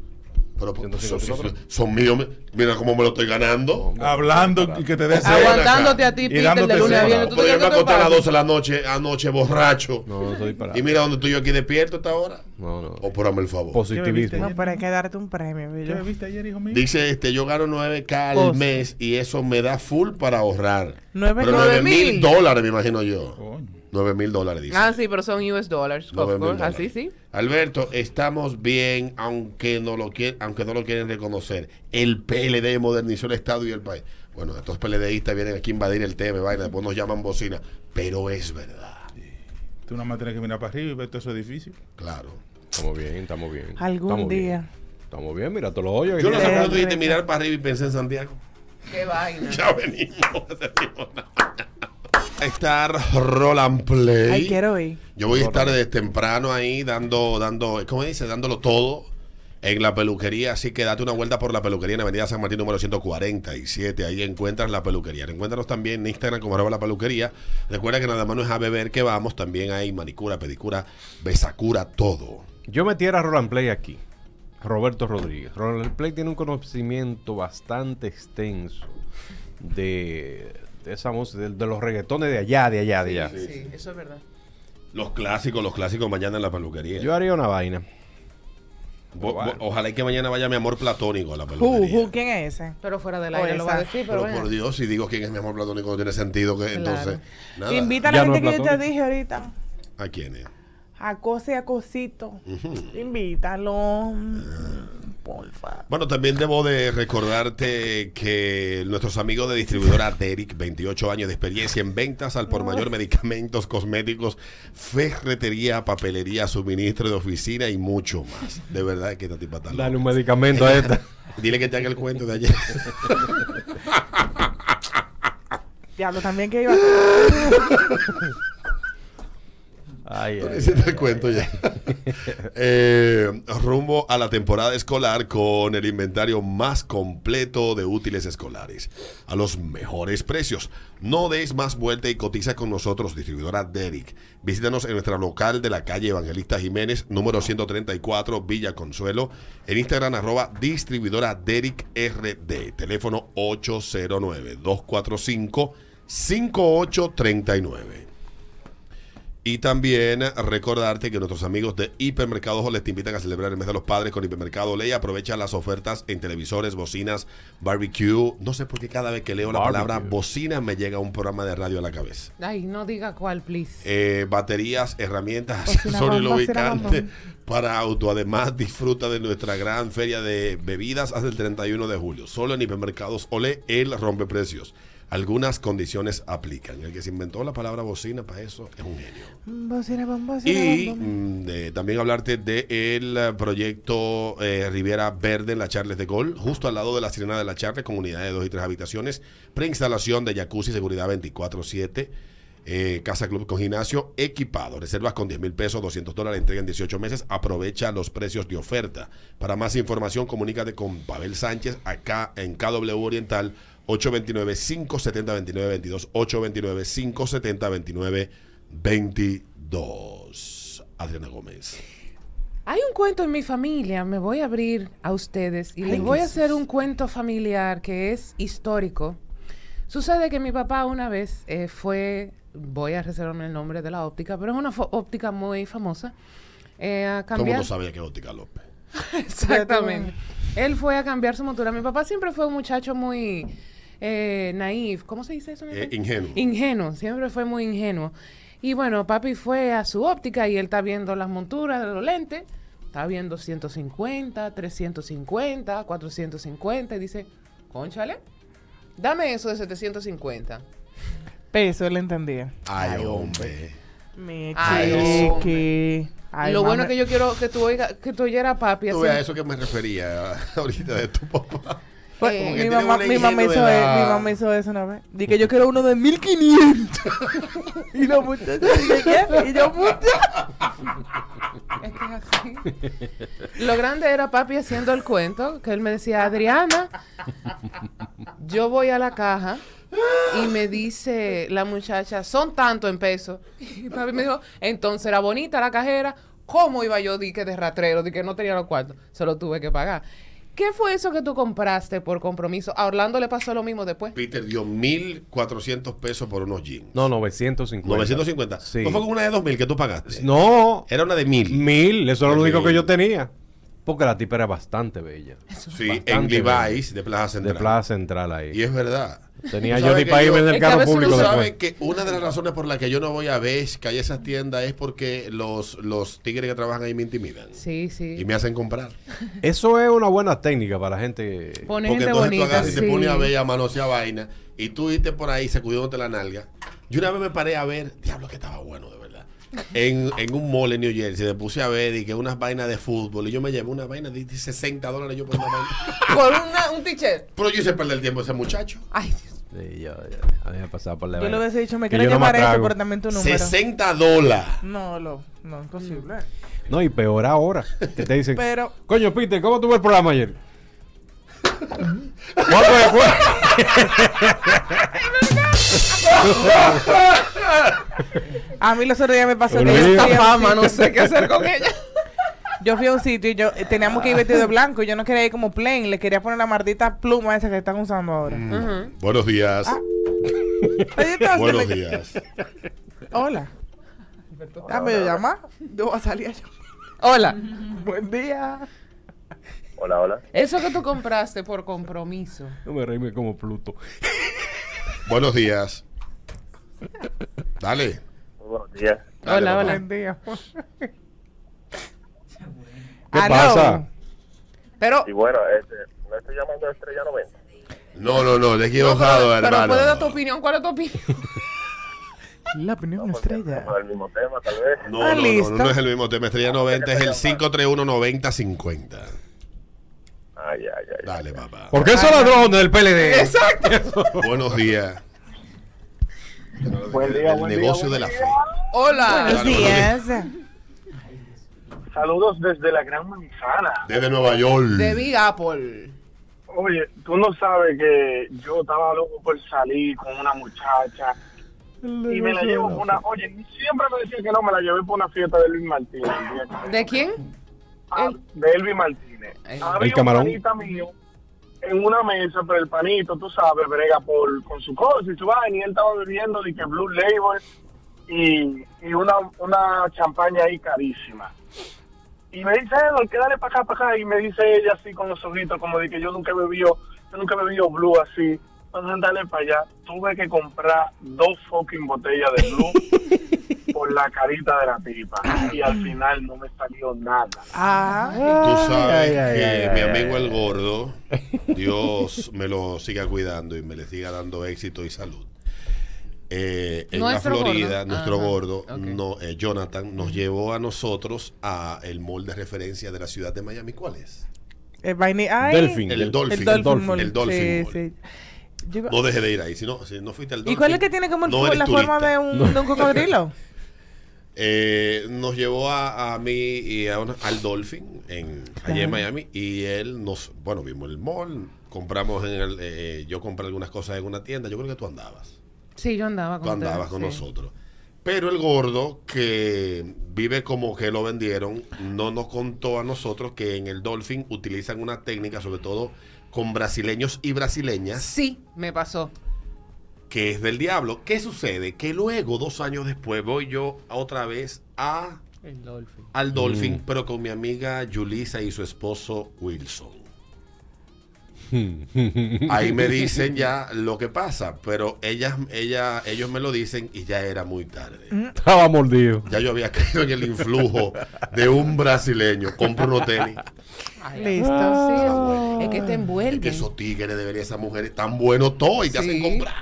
Speaker 1: Pero pues, Son,
Speaker 4: 154.
Speaker 1: son- son míos. Mira cómo me lo estoy ganando.
Speaker 13: Hablando y que te des
Speaker 2: Aguantándote a ti,
Speaker 13: Y
Speaker 2: Peter,
Speaker 13: dándote
Speaker 2: de lunes a
Speaker 13: cera.
Speaker 2: viernes. ¿Tú te
Speaker 1: Pero yo
Speaker 2: crees que
Speaker 1: me acosté a
Speaker 2: te
Speaker 1: las
Speaker 2: pago?
Speaker 1: 12 de la noche, anoche borracho.
Speaker 4: No, soy parado.
Speaker 1: Y mira dónde estoy yo aquí despierto a esta hora.
Speaker 4: No, no.
Speaker 1: O por el favor.
Speaker 3: No, pero hay que darte un premio. bello.
Speaker 13: ¿Qué viste ayer, hijo mío?
Speaker 1: Dice este, yo gano 9K al
Speaker 3: Cosa.
Speaker 1: mes y eso me da full para ahorrar.
Speaker 3: Nueve-
Speaker 1: Pero
Speaker 3: nueve
Speaker 1: 9 mil
Speaker 2: mil.
Speaker 1: dólares, me imagino yo. 9 mil dólares, dice.
Speaker 2: Ah, sí, pero son US dollars.
Speaker 1: No,
Speaker 2: of
Speaker 1: ven,
Speaker 2: course.
Speaker 1: ven,
Speaker 2: Así sí.
Speaker 1: Alberto, estamos bien, aunque no lo quieren, aunque no lo quieren reconocer. El PLD modernizó el Estado y el país. Bueno, estos PLDistas vienen aquí a invadir el tema, vaina, después nos llaman bocina. Pero es verdad,
Speaker 13: Tú nada más tienes que mirar para arriba y ver todo eso edificio.
Speaker 1: claro.
Speaker 4: Estamos bien, estamos bien.
Speaker 3: Algún
Speaker 4: Estamos bien.
Speaker 3: día.
Speaker 4: Estamos bien, mira, te lo hoyos.
Speaker 1: Yo no sé por qué tú dijiste mirar para arriba y pensé en Santiago.
Speaker 2: Qué vaina.
Speaker 1: Ya venimos. Estar Roland Play.
Speaker 3: Ay, quiero ir.
Speaker 1: Yo voy a estar desde temprano ahí dando, dando, ¿cómo dice? Dándolo todo en la peluquería. Así que date una vuelta por la peluquería en Avenida San Martín número 147. Ahí encuentras la peluquería. Encuéntranos también en Instagram como arroba la peluquería. Recuerda que nada más no es a beber que vamos. También hay manicura, pedicura, besacura, todo.
Speaker 4: Yo metiera a Roland Play aquí. Roberto Rodríguez. Roland Play tiene un conocimiento bastante extenso de, de esa música, de, de los reggaetones de allá, de allá, de allá.
Speaker 2: Sí, eso es verdad.
Speaker 1: Los clásicos, los clásicos mañana en la peluquería.
Speaker 4: Yo haría una vaina.
Speaker 1: Bo- bo- ojalá y que mañana vaya mi amor platónico a la peluquería.
Speaker 3: Who, who, ¿Quién es ese? Pues
Speaker 2: Pero fuera del aire
Speaker 3: O
Speaker 2: lo va a
Speaker 3: esa.
Speaker 2: decir, pero,
Speaker 1: Pero
Speaker 2: bueno.
Speaker 1: por Dios, si digo quién es mi amor platónico, no tiene sentido que entonces. Nada.
Speaker 3: Invita a la gente que yo te este dije ahorita.
Speaker 1: ¿A quién es?
Speaker 3: A cosa y a cosito.
Speaker 1: Ujú.
Speaker 3: Invítalo. Porfa.
Speaker 1: Bueno, también debo de recordarte que nuestros amigos de distribuidora Derek, 28 años de experiencia en ventas al por mayor, medicamentos, cosméticos, ferretería, papelería, suministro de oficina y mucho más. De verdad que esta tipa está loca.
Speaker 4: Dale un medicamento a esta.
Speaker 1: Dile que te haga el cuento de ayer.
Speaker 3: Diablo, también que iba
Speaker 4: Ay,
Speaker 1: Tú
Speaker 4: ay,
Speaker 1: le hiciste
Speaker 4: ay,
Speaker 1: el cuento ya. Eh, rumbo a la temporada escolar con el inventario más completo de útiles escolares. A los mejores precios. No des más vuelta y cotiza con nosotros, distribuidora Derrick. Visítanos en nuestra local de la calle Evangelista Jiménez, número 134, Villa Consuelo. En Instagram, arroba distribuidora Derrick RD. Teléfono 809-245-5839. Y también recordarte que nuestros amigos de Hipermercados Oles te invitan a celebrar el mes de los padres con Hipermercado Ley. Aprovecha las ofertas en televisores, bocinas, barbecue. No sé por qué cada vez que leo la
Speaker 4: Barbecue.
Speaker 1: palabra bocina me llega un programa de radio a la cabeza.
Speaker 2: Ay, no diga cuál, please.
Speaker 1: Eh, baterías, herramientas,
Speaker 2: Bocina
Speaker 1: accesorios y
Speaker 2: bomba, bocina
Speaker 1: lubricantes para auto. Además, disfruta de nuestra gran feria de bebidas hasta el 31 de julio. Solo en Hipermercados Ole, el rompeprecios. Algunas condiciones aplican. El que se inventó la palabra bocina para eso es un genio.
Speaker 3: Bocina, bom, bocina,
Speaker 1: Y
Speaker 3: bom, bom.
Speaker 1: mm, de- también hablarte del proyecto eh, Riviera Verde en la Charles de Gol, justo al lado de la Sirena de la Charles, con unidades de dos y tres habitaciones, preinstalación de jacuzzi, seguridad 24-7, eh, casa club con gimnasio equipado, reservas con 10 mil pesos, 200 dólares, entrega en 18 meses, aprovecha los precios de oferta. Para más información, comunícate con Pavel Sánchez acá en KW Oriental. 829-570-2922. 829-570-2922. Adriana Gómez.
Speaker 2: Hay un cuento en mi familia, me voy a abrir a ustedes y les voy a hacer un cuento familiar que es histórico. Sucede que mi papá una vez eh, fue, voy a reservarme el nombre de la óptica, pero es una fo- óptica muy famosa. eh, a
Speaker 1: Todo el
Speaker 2: cambiar,
Speaker 1: mundo sabía que es óptica López.
Speaker 2: Exactamente. Él fue a cambiar su montura. Mi papá siempre fue un muchacho muy eh, naif. ¿Cómo se dice eso? en
Speaker 1: Eh,
Speaker 2: español?
Speaker 1: ingenuo.
Speaker 2: Ingenuo, siempre fue muy ingenuo. Y bueno, papi fue a su óptica y él está viendo las monturas de los lentes. Está viendo 150, 350, 450 y dice, conchale, dame eso de 750.
Speaker 3: Peso, le entendía.
Speaker 1: Ay, hombre.
Speaker 3: Mi
Speaker 2: Ay,
Speaker 3: chiqui. Ay,
Speaker 2: Lo bueno
Speaker 3: mami.
Speaker 2: que yo quiero que tú oiga, que tú oyeras a papi
Speaker 1: Tú
Speaker 2: así.
Speaker 1: ves a eso que me refería ahorita de tu papá.
Speaker 3: Pues,
Speaker 2: Eh,
Speaker 1: Como que
Speaker 3: mi,
Speaker 1: tiene
Speaker 3: mamá,
Speaker 1: una
Speaker 3: mi, mamá hizo,
Speaker 1: ingenuidad.
Speaker 3: e- mi mamá hizo eso una vez. Dije que yo quiero uno de 1500. y la muchacha dije, ¿qué? Y yo, muchacha.
Speaker 2: Es que es así. Lo grande era papi haciendo el cuento, que él me decía, Adriana, yo voy a la caja y me dice la muchacha, son tanto en pesos. Y papi me dijo, entonces era bonita la cajera, ¿cómo iba yo di que de ratrero, di que no tenía los cuartos? Se lo tuve que pagar. ¿Qué fue eso que tú compraste por compromiso? A Orlando le pasó lo mismo después.
Speaker 1: Peter dio 1.400 pesos por unos jeans.
Speaker 4: No, 950.
Speaker 1: 950.
Speaker 4: Sí.
Speaker 1: ¿No fue con una de 2.000 que tú pagaste?
Speaker 4: No,
Speaker 1: Era una de 1.000.
Speaker 4: mil. Eso era lo
Speaker 1: Mil.
Speaker 4: único que yo tenía. Porque la tipa era bastante bella.
Speaker 1: Sí, en
Speaker 4: Bastante
Speaker 1: Levi's de Plaza Central.
Speaker 4: De Plaza Central ahí.
Speaker 1: Y es verdad.
Speaker 4: Tenía
Speaker 1: Tú sabes
Speaker 4: Johnny
Speaker 1: que
Speaker 4: Payment en
Speaker 2: es
Speaker 4: el
Speaker 2: que a
Speaker 4: carro
Speaker 2: veces
Speaker 4: público
Speaker 1: Tú
Speaker 4: después.
Speaker 1: sabes que una de las razones por las que yo no voy a Vesca y esas tiendas es porque los, los tigres que trabajan ahí me intimidan
Speaker 2: Sí,
Speaker 1: y
Speaker 2: sí.
Speaker 1: me hacen comprar.
Speaker 4: Eso es una buena técnica para la gente.
Speaker 2: Pone
Speaker 1: Este, Porque
Speaker 2: gente
Speaker 1: entonces tú
Speaker 2: bonita.
Speaker 1: agarras y
Speaker 2: sí.
Speaker 1: te pones a ver y a manosear vaina y tú irte por ahí sacudiéndote la nalga. Yo una vez me paré a ver, diablo que estaba bueno de verdad. En, en un mall en New Jersey me puse a ver y que unas vainas de fútbol y yo me llevé una vaina de 60 dólares yo por una vaina.
Speaker 2: Por una- un t-shirt.
Speaker 1: Pero yo hice perder el tiempo a ese muchacho.
Speaker 2: Ay, Dios.
Speaker 4: Sí, yo- yo- a mí me pasaba por la
Speaker 3: Yo le
Speaker 4: vaina.
Speaker 3: hubiese dicho, me
Speaker 4: Que
Speaker 3: quiero
Speaker 4: yo no me
Speaker 3: llamar eso,
Speaker 4: atrago.
Speaker 3: pero también tu número.
Speaker 1: 60 dólares.
Speaker 3: No, lo, no, imposible.
Speaker 4: No, y peor ahora. Que te dicen,
Speaker 3: Pero-
Speaker 4: coño, Peter, ¿cómo tuvo el programa ayer? ¿Cuánto de fue?
Speaker 3: A mí los otros días me pasó que yo
Speaker 4: Olvídate.
Speaker 3: fui a un
Speaker 2: fama, no
Speaker 3: sitio-
Speaker 2: sé qué hacer con ella.
Speaker 3: Yo fui a un sitio y yo eh, teníamos que ir vestido de blanco. y Yo no quería ir como plain, le quería poner la maldita pluma esa que están usando ahora.
Speaker 2: Ujú.
Speaker 1: Buenos días.
Speaker 2: Ah.
Speaker 3: Oye, entonces,
Speaker 1: Buenos
Speaker 3: me-
Speaker 1: días.
Speaker 3: Hola. Ah, Dame yo llamar. Yo voy a salir a llamar.
Speaker 2: Hola.
Speaker 3: Buen día.
Speaker 10: Hola, hola.
Speaker 2: Eso que tú compraste por compromiso.
Speaker 4: No me reíme como Pluto.
Speaker 1: Buenos días. Dale.
Speaker 10: Buenos días.
Speaker 8: ờ,
Speaker 1: Dale,
Speaker 2: Hola,
Speaker 1: papá.
Speaker 2: hola.
Speaker 3: Buen día.
Speaker 4: ¿Qué
Speaker 3: Aló.
Speaker 4: pasa?
Speaker 2: Pero,
Speaker 10: Y bueno, este, me estoy llamando a Estrella 90.
Speaker 1: No, no, no, le he
Speaker 2: no,
Speaker 1: equivocado,
Speaker 2: pero, pero
Speaker 1: hermano.
Speaker 2: puedes dar tu opinión. ¿Cuál es tu opinión?
Speaker 3: La opinión
Speaker 10: porque
Speaker 3: estrella.
Speaker 10: estamos del mismo tema, tal vez.
Speaker 1: No,
Speaker 3: Ah,
Speaker 1: no, no,
Speaker 3: listo.
Speaker 1: no, no es el mismo tema.
Speaker 15: Ah,
Speaker 1: Estrella 90 es el 531-9050.
Speaker 10: Ay, ay, ay.
Speaker 1: Dale, papá.
Speaker 4: ¿Por qué son ladrones del PLD? Exacto.
Speaker 1: Buenos días.
Speaker 8: Buen día,
Speaker 1: El
Speaker 8: buen
Speaker 1: negocio
Speaker 8: día,
Speaker 1: de la fe.
Speaker 2: Hola.
Speaker 3: Buenos días.
Speaker 8: Saludos desde la Gran Manzana.
Speaker 1: Desde Nueva York.
Speaker 2: De Big Apple.
Speaker 8: Oye, tú no sabes que yo estaba loco por salir con una muchacha y me la llevo por una... Oye, siempre me decían que no, me la llevé por una fiesta de Luis Martínez. el día que-
Speaker 2: ¿De quién?
Speaker 8: Ah,
Speaker 2: El-
Speaker 8: de Elvis Martínez.
Speaker 2: El
Speaker 8: Había
Speaker 4: camarón.
Speaker 8: un panita mío en una mesa, pero el panito, tú sabes, brega por, con su cosa y su vaina, y él estaba bebiendo de que Blue Label y, y una, una champaña ahí carísima. Y me dice, "Eh, Edward, que dale para acá, para acá, y me dice ella así con los ojitos, como de que yo nunca he bebido, yo nunca he bebido Blue así. Entonces, dale para allá. Tuve que comprar dos fucking botellas de Blue
Speaker 16: por la carita de la tipa y al final no me salió nada.
Speaker 1: Tú sabes que mi amigo el gordo, Dios me lo siga cuidando y me le siga dando éxito y salud. Eh, en la
Speaker 15: Nuestro
Speaker 1: Florida,
Speaker 15: gordo.
Speaker 1: nuestro
Speaker 15: Ajá,
Speaker 1: gordo,
Speaker 15: ok.
Speaker 1: no, eh, Jonathan, nos llevó a nosotros a el mall de referencia de la ciudad de Miami. ¿Cuál es?
Speaker 3: El vaini- Eh, ay,
Speaker 1: Delfín. El Dolphin.
Speaker 3: El Dolphin.
Speaker 1: El
Speaker 3: Mall.
Speaker 1: Dolphin
Speaker 3: Sí,
Speaker 1: Mall.
Speaker 3: sí. Yo iba-
Speaker 1: No deje de ir ahí, si no, si no fuiste al
Speaker 3: ¿Y cuál es
Speaker 1: Dolphin,
Speaker 3: el que tiene como el
Speaker 1: no
Speaker 3: fu-
Speaker 1: eres
Speaker 3: la forma
Speaker 1: turista.
Speaker 3: de un, de un cocodrilo?
Speaker 1: Eh, nos llevó a, a mí y a una- al Dolphin en, allá en Miami y él nos, bueno, vimos el mall, compramos en el, eh, yo compré algunas cosas en una tienda, yo creo que tú andabas,
Speaker 2: Sí, yo andaba con
Speaker 1: tú
Speaker 2: ustedes,
Speaker 1: andabas con
Speaker 2: sí.
Speaker 1: nosotros. Pero el gordo que vive como que lo vendieron, no nos contó a nosotros que en el Dolphin utilizan una técnica, sobre todo con brasileños y brasileñas,
Speaker 2: Sí, me pasó.
Speaker 1: que es del diablo. ¿Qué sucede? Que luego, dos años después, voy yo a otra vez a
Speaker 2: El Dolphin.
Speaker 1: al Dolphin,
Speaker 4: Mm.
Speaker 1: pero con mi amiga Yulisa y su esposo Wilson. Ahí me dicen ya lo que pasa, pero ellas, ella, ellos me lo dicen y ya era muy tarde.
Speaker 4: Estaba mordido.
Speaker 1: Ya yo había caído en el influjo de un brasileño. Compro unos tenis.
Speaker 2: Listo, Ah. sí. Es que te envuelve.
Speaker 1: Es que esos tigres deberían esas mujeres tan buenos todos y te hacen comprar.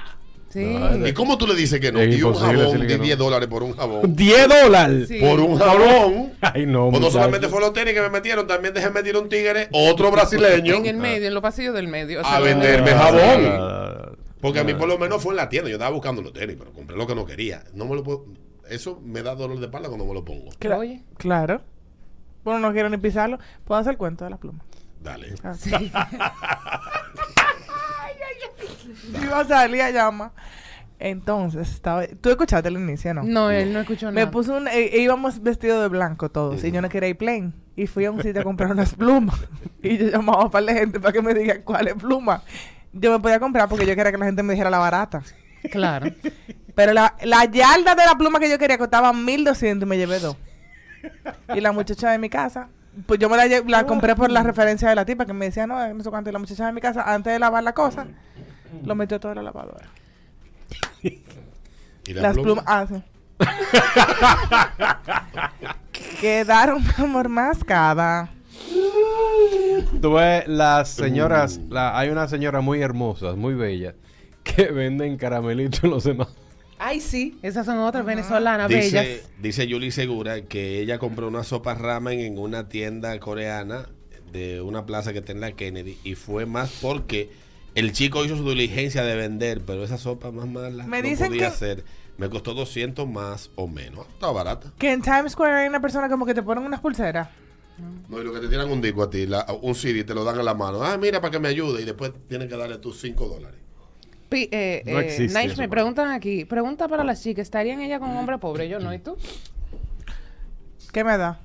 Speaker 2: Sí.
Speaker 1: ¿Y cómo tú le dices que no?
Speaker 4: Es
Speaker 1: Y un
Speaker 4: imposible
Speaker 1: jabón
Speaker 4: decirle que
Speaker 1: de
Speaker 4: no.
Speaker 1: 10 dólares por un jabón.
Speaker 4: ¡10 dólares!
Speaker 1: Sí. Por un jabón.
Speaker 4: Ay, no,
Speaker 1: Pues no
Speaker 4: muchacho.
Speaker 1: solamente fue los tenis que me metieron, también dejé meter un tigre, otro brasileño.
Speaker 2: En el medio, en los pasillos del medio.
Speaker 1: a venderme jabón. Porque a mí por lo menos fue en la tienda. Yo estaba buscando los tenis, pero compré lo que no quería. No me lo puedo- Eso me da dolor de espalda cuando me lo pongo.
Speaker 3: Cla- Claro. Bueno, no quiero ni pisarlo. Puedo hacer el cuento de la pluma.
Speaker 1: Dale.
Speaker 3: Ah. Yo iba a salir a llama. Entonces, estaba... ¿Tú escuchaste el inicio, no?
Speaker 2: No, él no escuchó
Speaker 3: Me
Speaker 2: nada.
Speaker 3: puso un... e- e íbamos vestidos de blanco todos. Y yo no quería ir plain. Y fui a un sitio a comprar unas plumas. Y yo llamaba para la gente para que me digan cuáles plumas. Yo me podía comprar porque yo quería que la gente me dijera la barata.
Speaker 2: Claro.
Speaker 3: Pero la, la yarda de la pluma que yo quería costaba 1200 y me llevé dos. Y la muchacha de mi casa, pues yo me la, lle- la compré por la referencia de la tipa que me decía, no, no sé cuánto. Y la muchacha de mi casa, antes de lavar la cosa, lo metió todo en la lavadora.
Speaker 1: ¿Y la
Speaker 3: Las
Speaker 1: pluma?
Speaker 3: plumas. ah, sí. Quedaron, mi amor, mascada.
Speaker 4: Tú ves las señoras, la- hay unas señoras muy hermosas, muy bellas, que venden caramelitos en los demás.
Speaker 2: Ay, sí. Ah. Esas son otras venezolanas
Speaker 1: Dice,
Speaker 2: bellas.
Speaker 1: dice Yuli Segura que ella compró una sopa ramen en una tienda coreana de una plaza que está en la Kennedy y fue más porque el chico hizo su diligencia de vender, pero esa sopa más mala
Speaker 3: Me
Speaker 1: no
Speaker 3: dicen
Speaker 1: podía
Speaker 3: que-
Speaker 1: ser. Me costó 200 más o menos. Estaba barata.
Speaker 3: Que en Times Square hay una persona como que te ponen unas pulseras.
Speaker 1: No, y lo que te tiran un disco a ti, la- un CD, te lo dan a la mano. Ah, mira, para que me ayude. Y después tienen que darle tus 5 dólares.
Speaker 2: Pi- eh,
Speaker 1: No
Speaker 2: eh,
Speaker 1: existe
Speaker 2: Naish,
Speaker 1: eso,
Speaker 2: me
Speaker 1: por
Speaker 2: preguntan aquí. Pregunta para las chicas. ¿Estarían ella con un hombre pobre? Yo no. ¿Y tú?
Speaker 3: ¿Qué me da?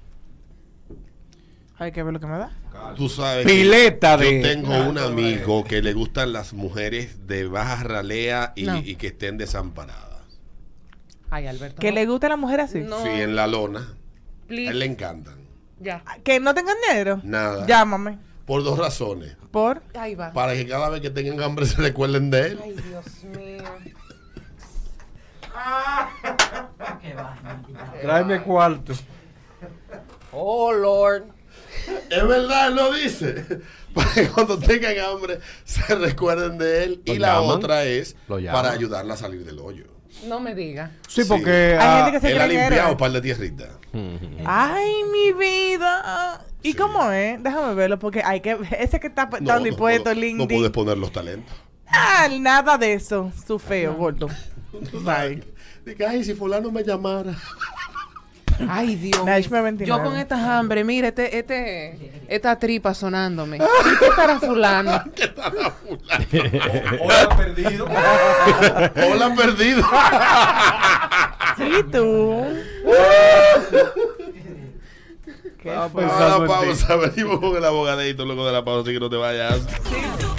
Speaker 3: Hay que ver lo que me da.
Speaker 1: Tú sabes.
Speaker 4: Pileta
Speaker 1: que
Speaker 4: de- Ah.
Speaker 1: Yo tengo un amigo que le gustan las mujeres de baja ralea y,
Speaker 3: No.
Speaker 1: y que estén desamparadas.
Speaker 2: Ay, Alberto.
Speaker 3: ¿Que le gusta a la mujer así?
Speaker 1: Sí, en la lona. A él le
Speaker 2: Please.
Speaker 1: encantan.
Speaker 2: Ya.
Speaker 3: Que no tengan dinero.
Speaker 1: Nada.
Speaker 3: Llámame.
Speaker 1: Por dos razones.
Speaker 3: Por.
Speaker 2: Ahí va.
Speaker 1: Para que cada vez que tengan hambre se recuerden de él.
Speaker 2: Ay, Dios mío.
Speaker 4: Tráeme cuarto.
Speaker 2: Oh, Lord.
Speaker 1: Es verdad, él lo dice. Para que cuando tengan hambre se recuerden de él. Y
Speaker 4: Lo
Speaker 1: la
Speaker 4: llaman.
Speaker 1: otra es
Speaker 4: Lo llaman.
Speaker 1: para ayudarla a salir del hoyo.
Speaker 2: No me diga.
Speaker 4: Sí, porque...
Speaker 3: Hay
Speaker 4: ah,
Speaker 3: gente que se
Speaker 1: Él ha
Speaker 3: cree que
Speaker 1: limpiado
Speaker 3: era. Mm-hmm.
Speaker 1: un par de tierritas.
Speaker 3: Ay, mi vida. ¿Y cómo es? Déjame verlo porque hay que ese que está
Speaker 1: No,
Speaker 3: tan
Speaker 1: no
Speaker 3: dispuesto,
Speaker 1: puedo-
Speaker 3: Lindy.
Speaker 1: No pude exponer los talentos.
Speaker 3: Ah, nada de eso. Su feo, gordo.
Speaker 1: Dije, ay, si fulano me llamara.
Speaker 2: Ay, Dios.
Speaker 3: Naish me
Speaker 2: Yo con
Speaker 3: ventilaron.
Speaker 2: estas hambre, mire, este, este, esta tripa sonándome. ¿Y ¿Qué estará fulano?
Speaker 1: Hola perdido. Hola perdido.
Speaker 3: Sí, tú.
Speaker 1: Vamos a la pausa, venimos con el abogadito, loco de la pausa, así que no te vayas.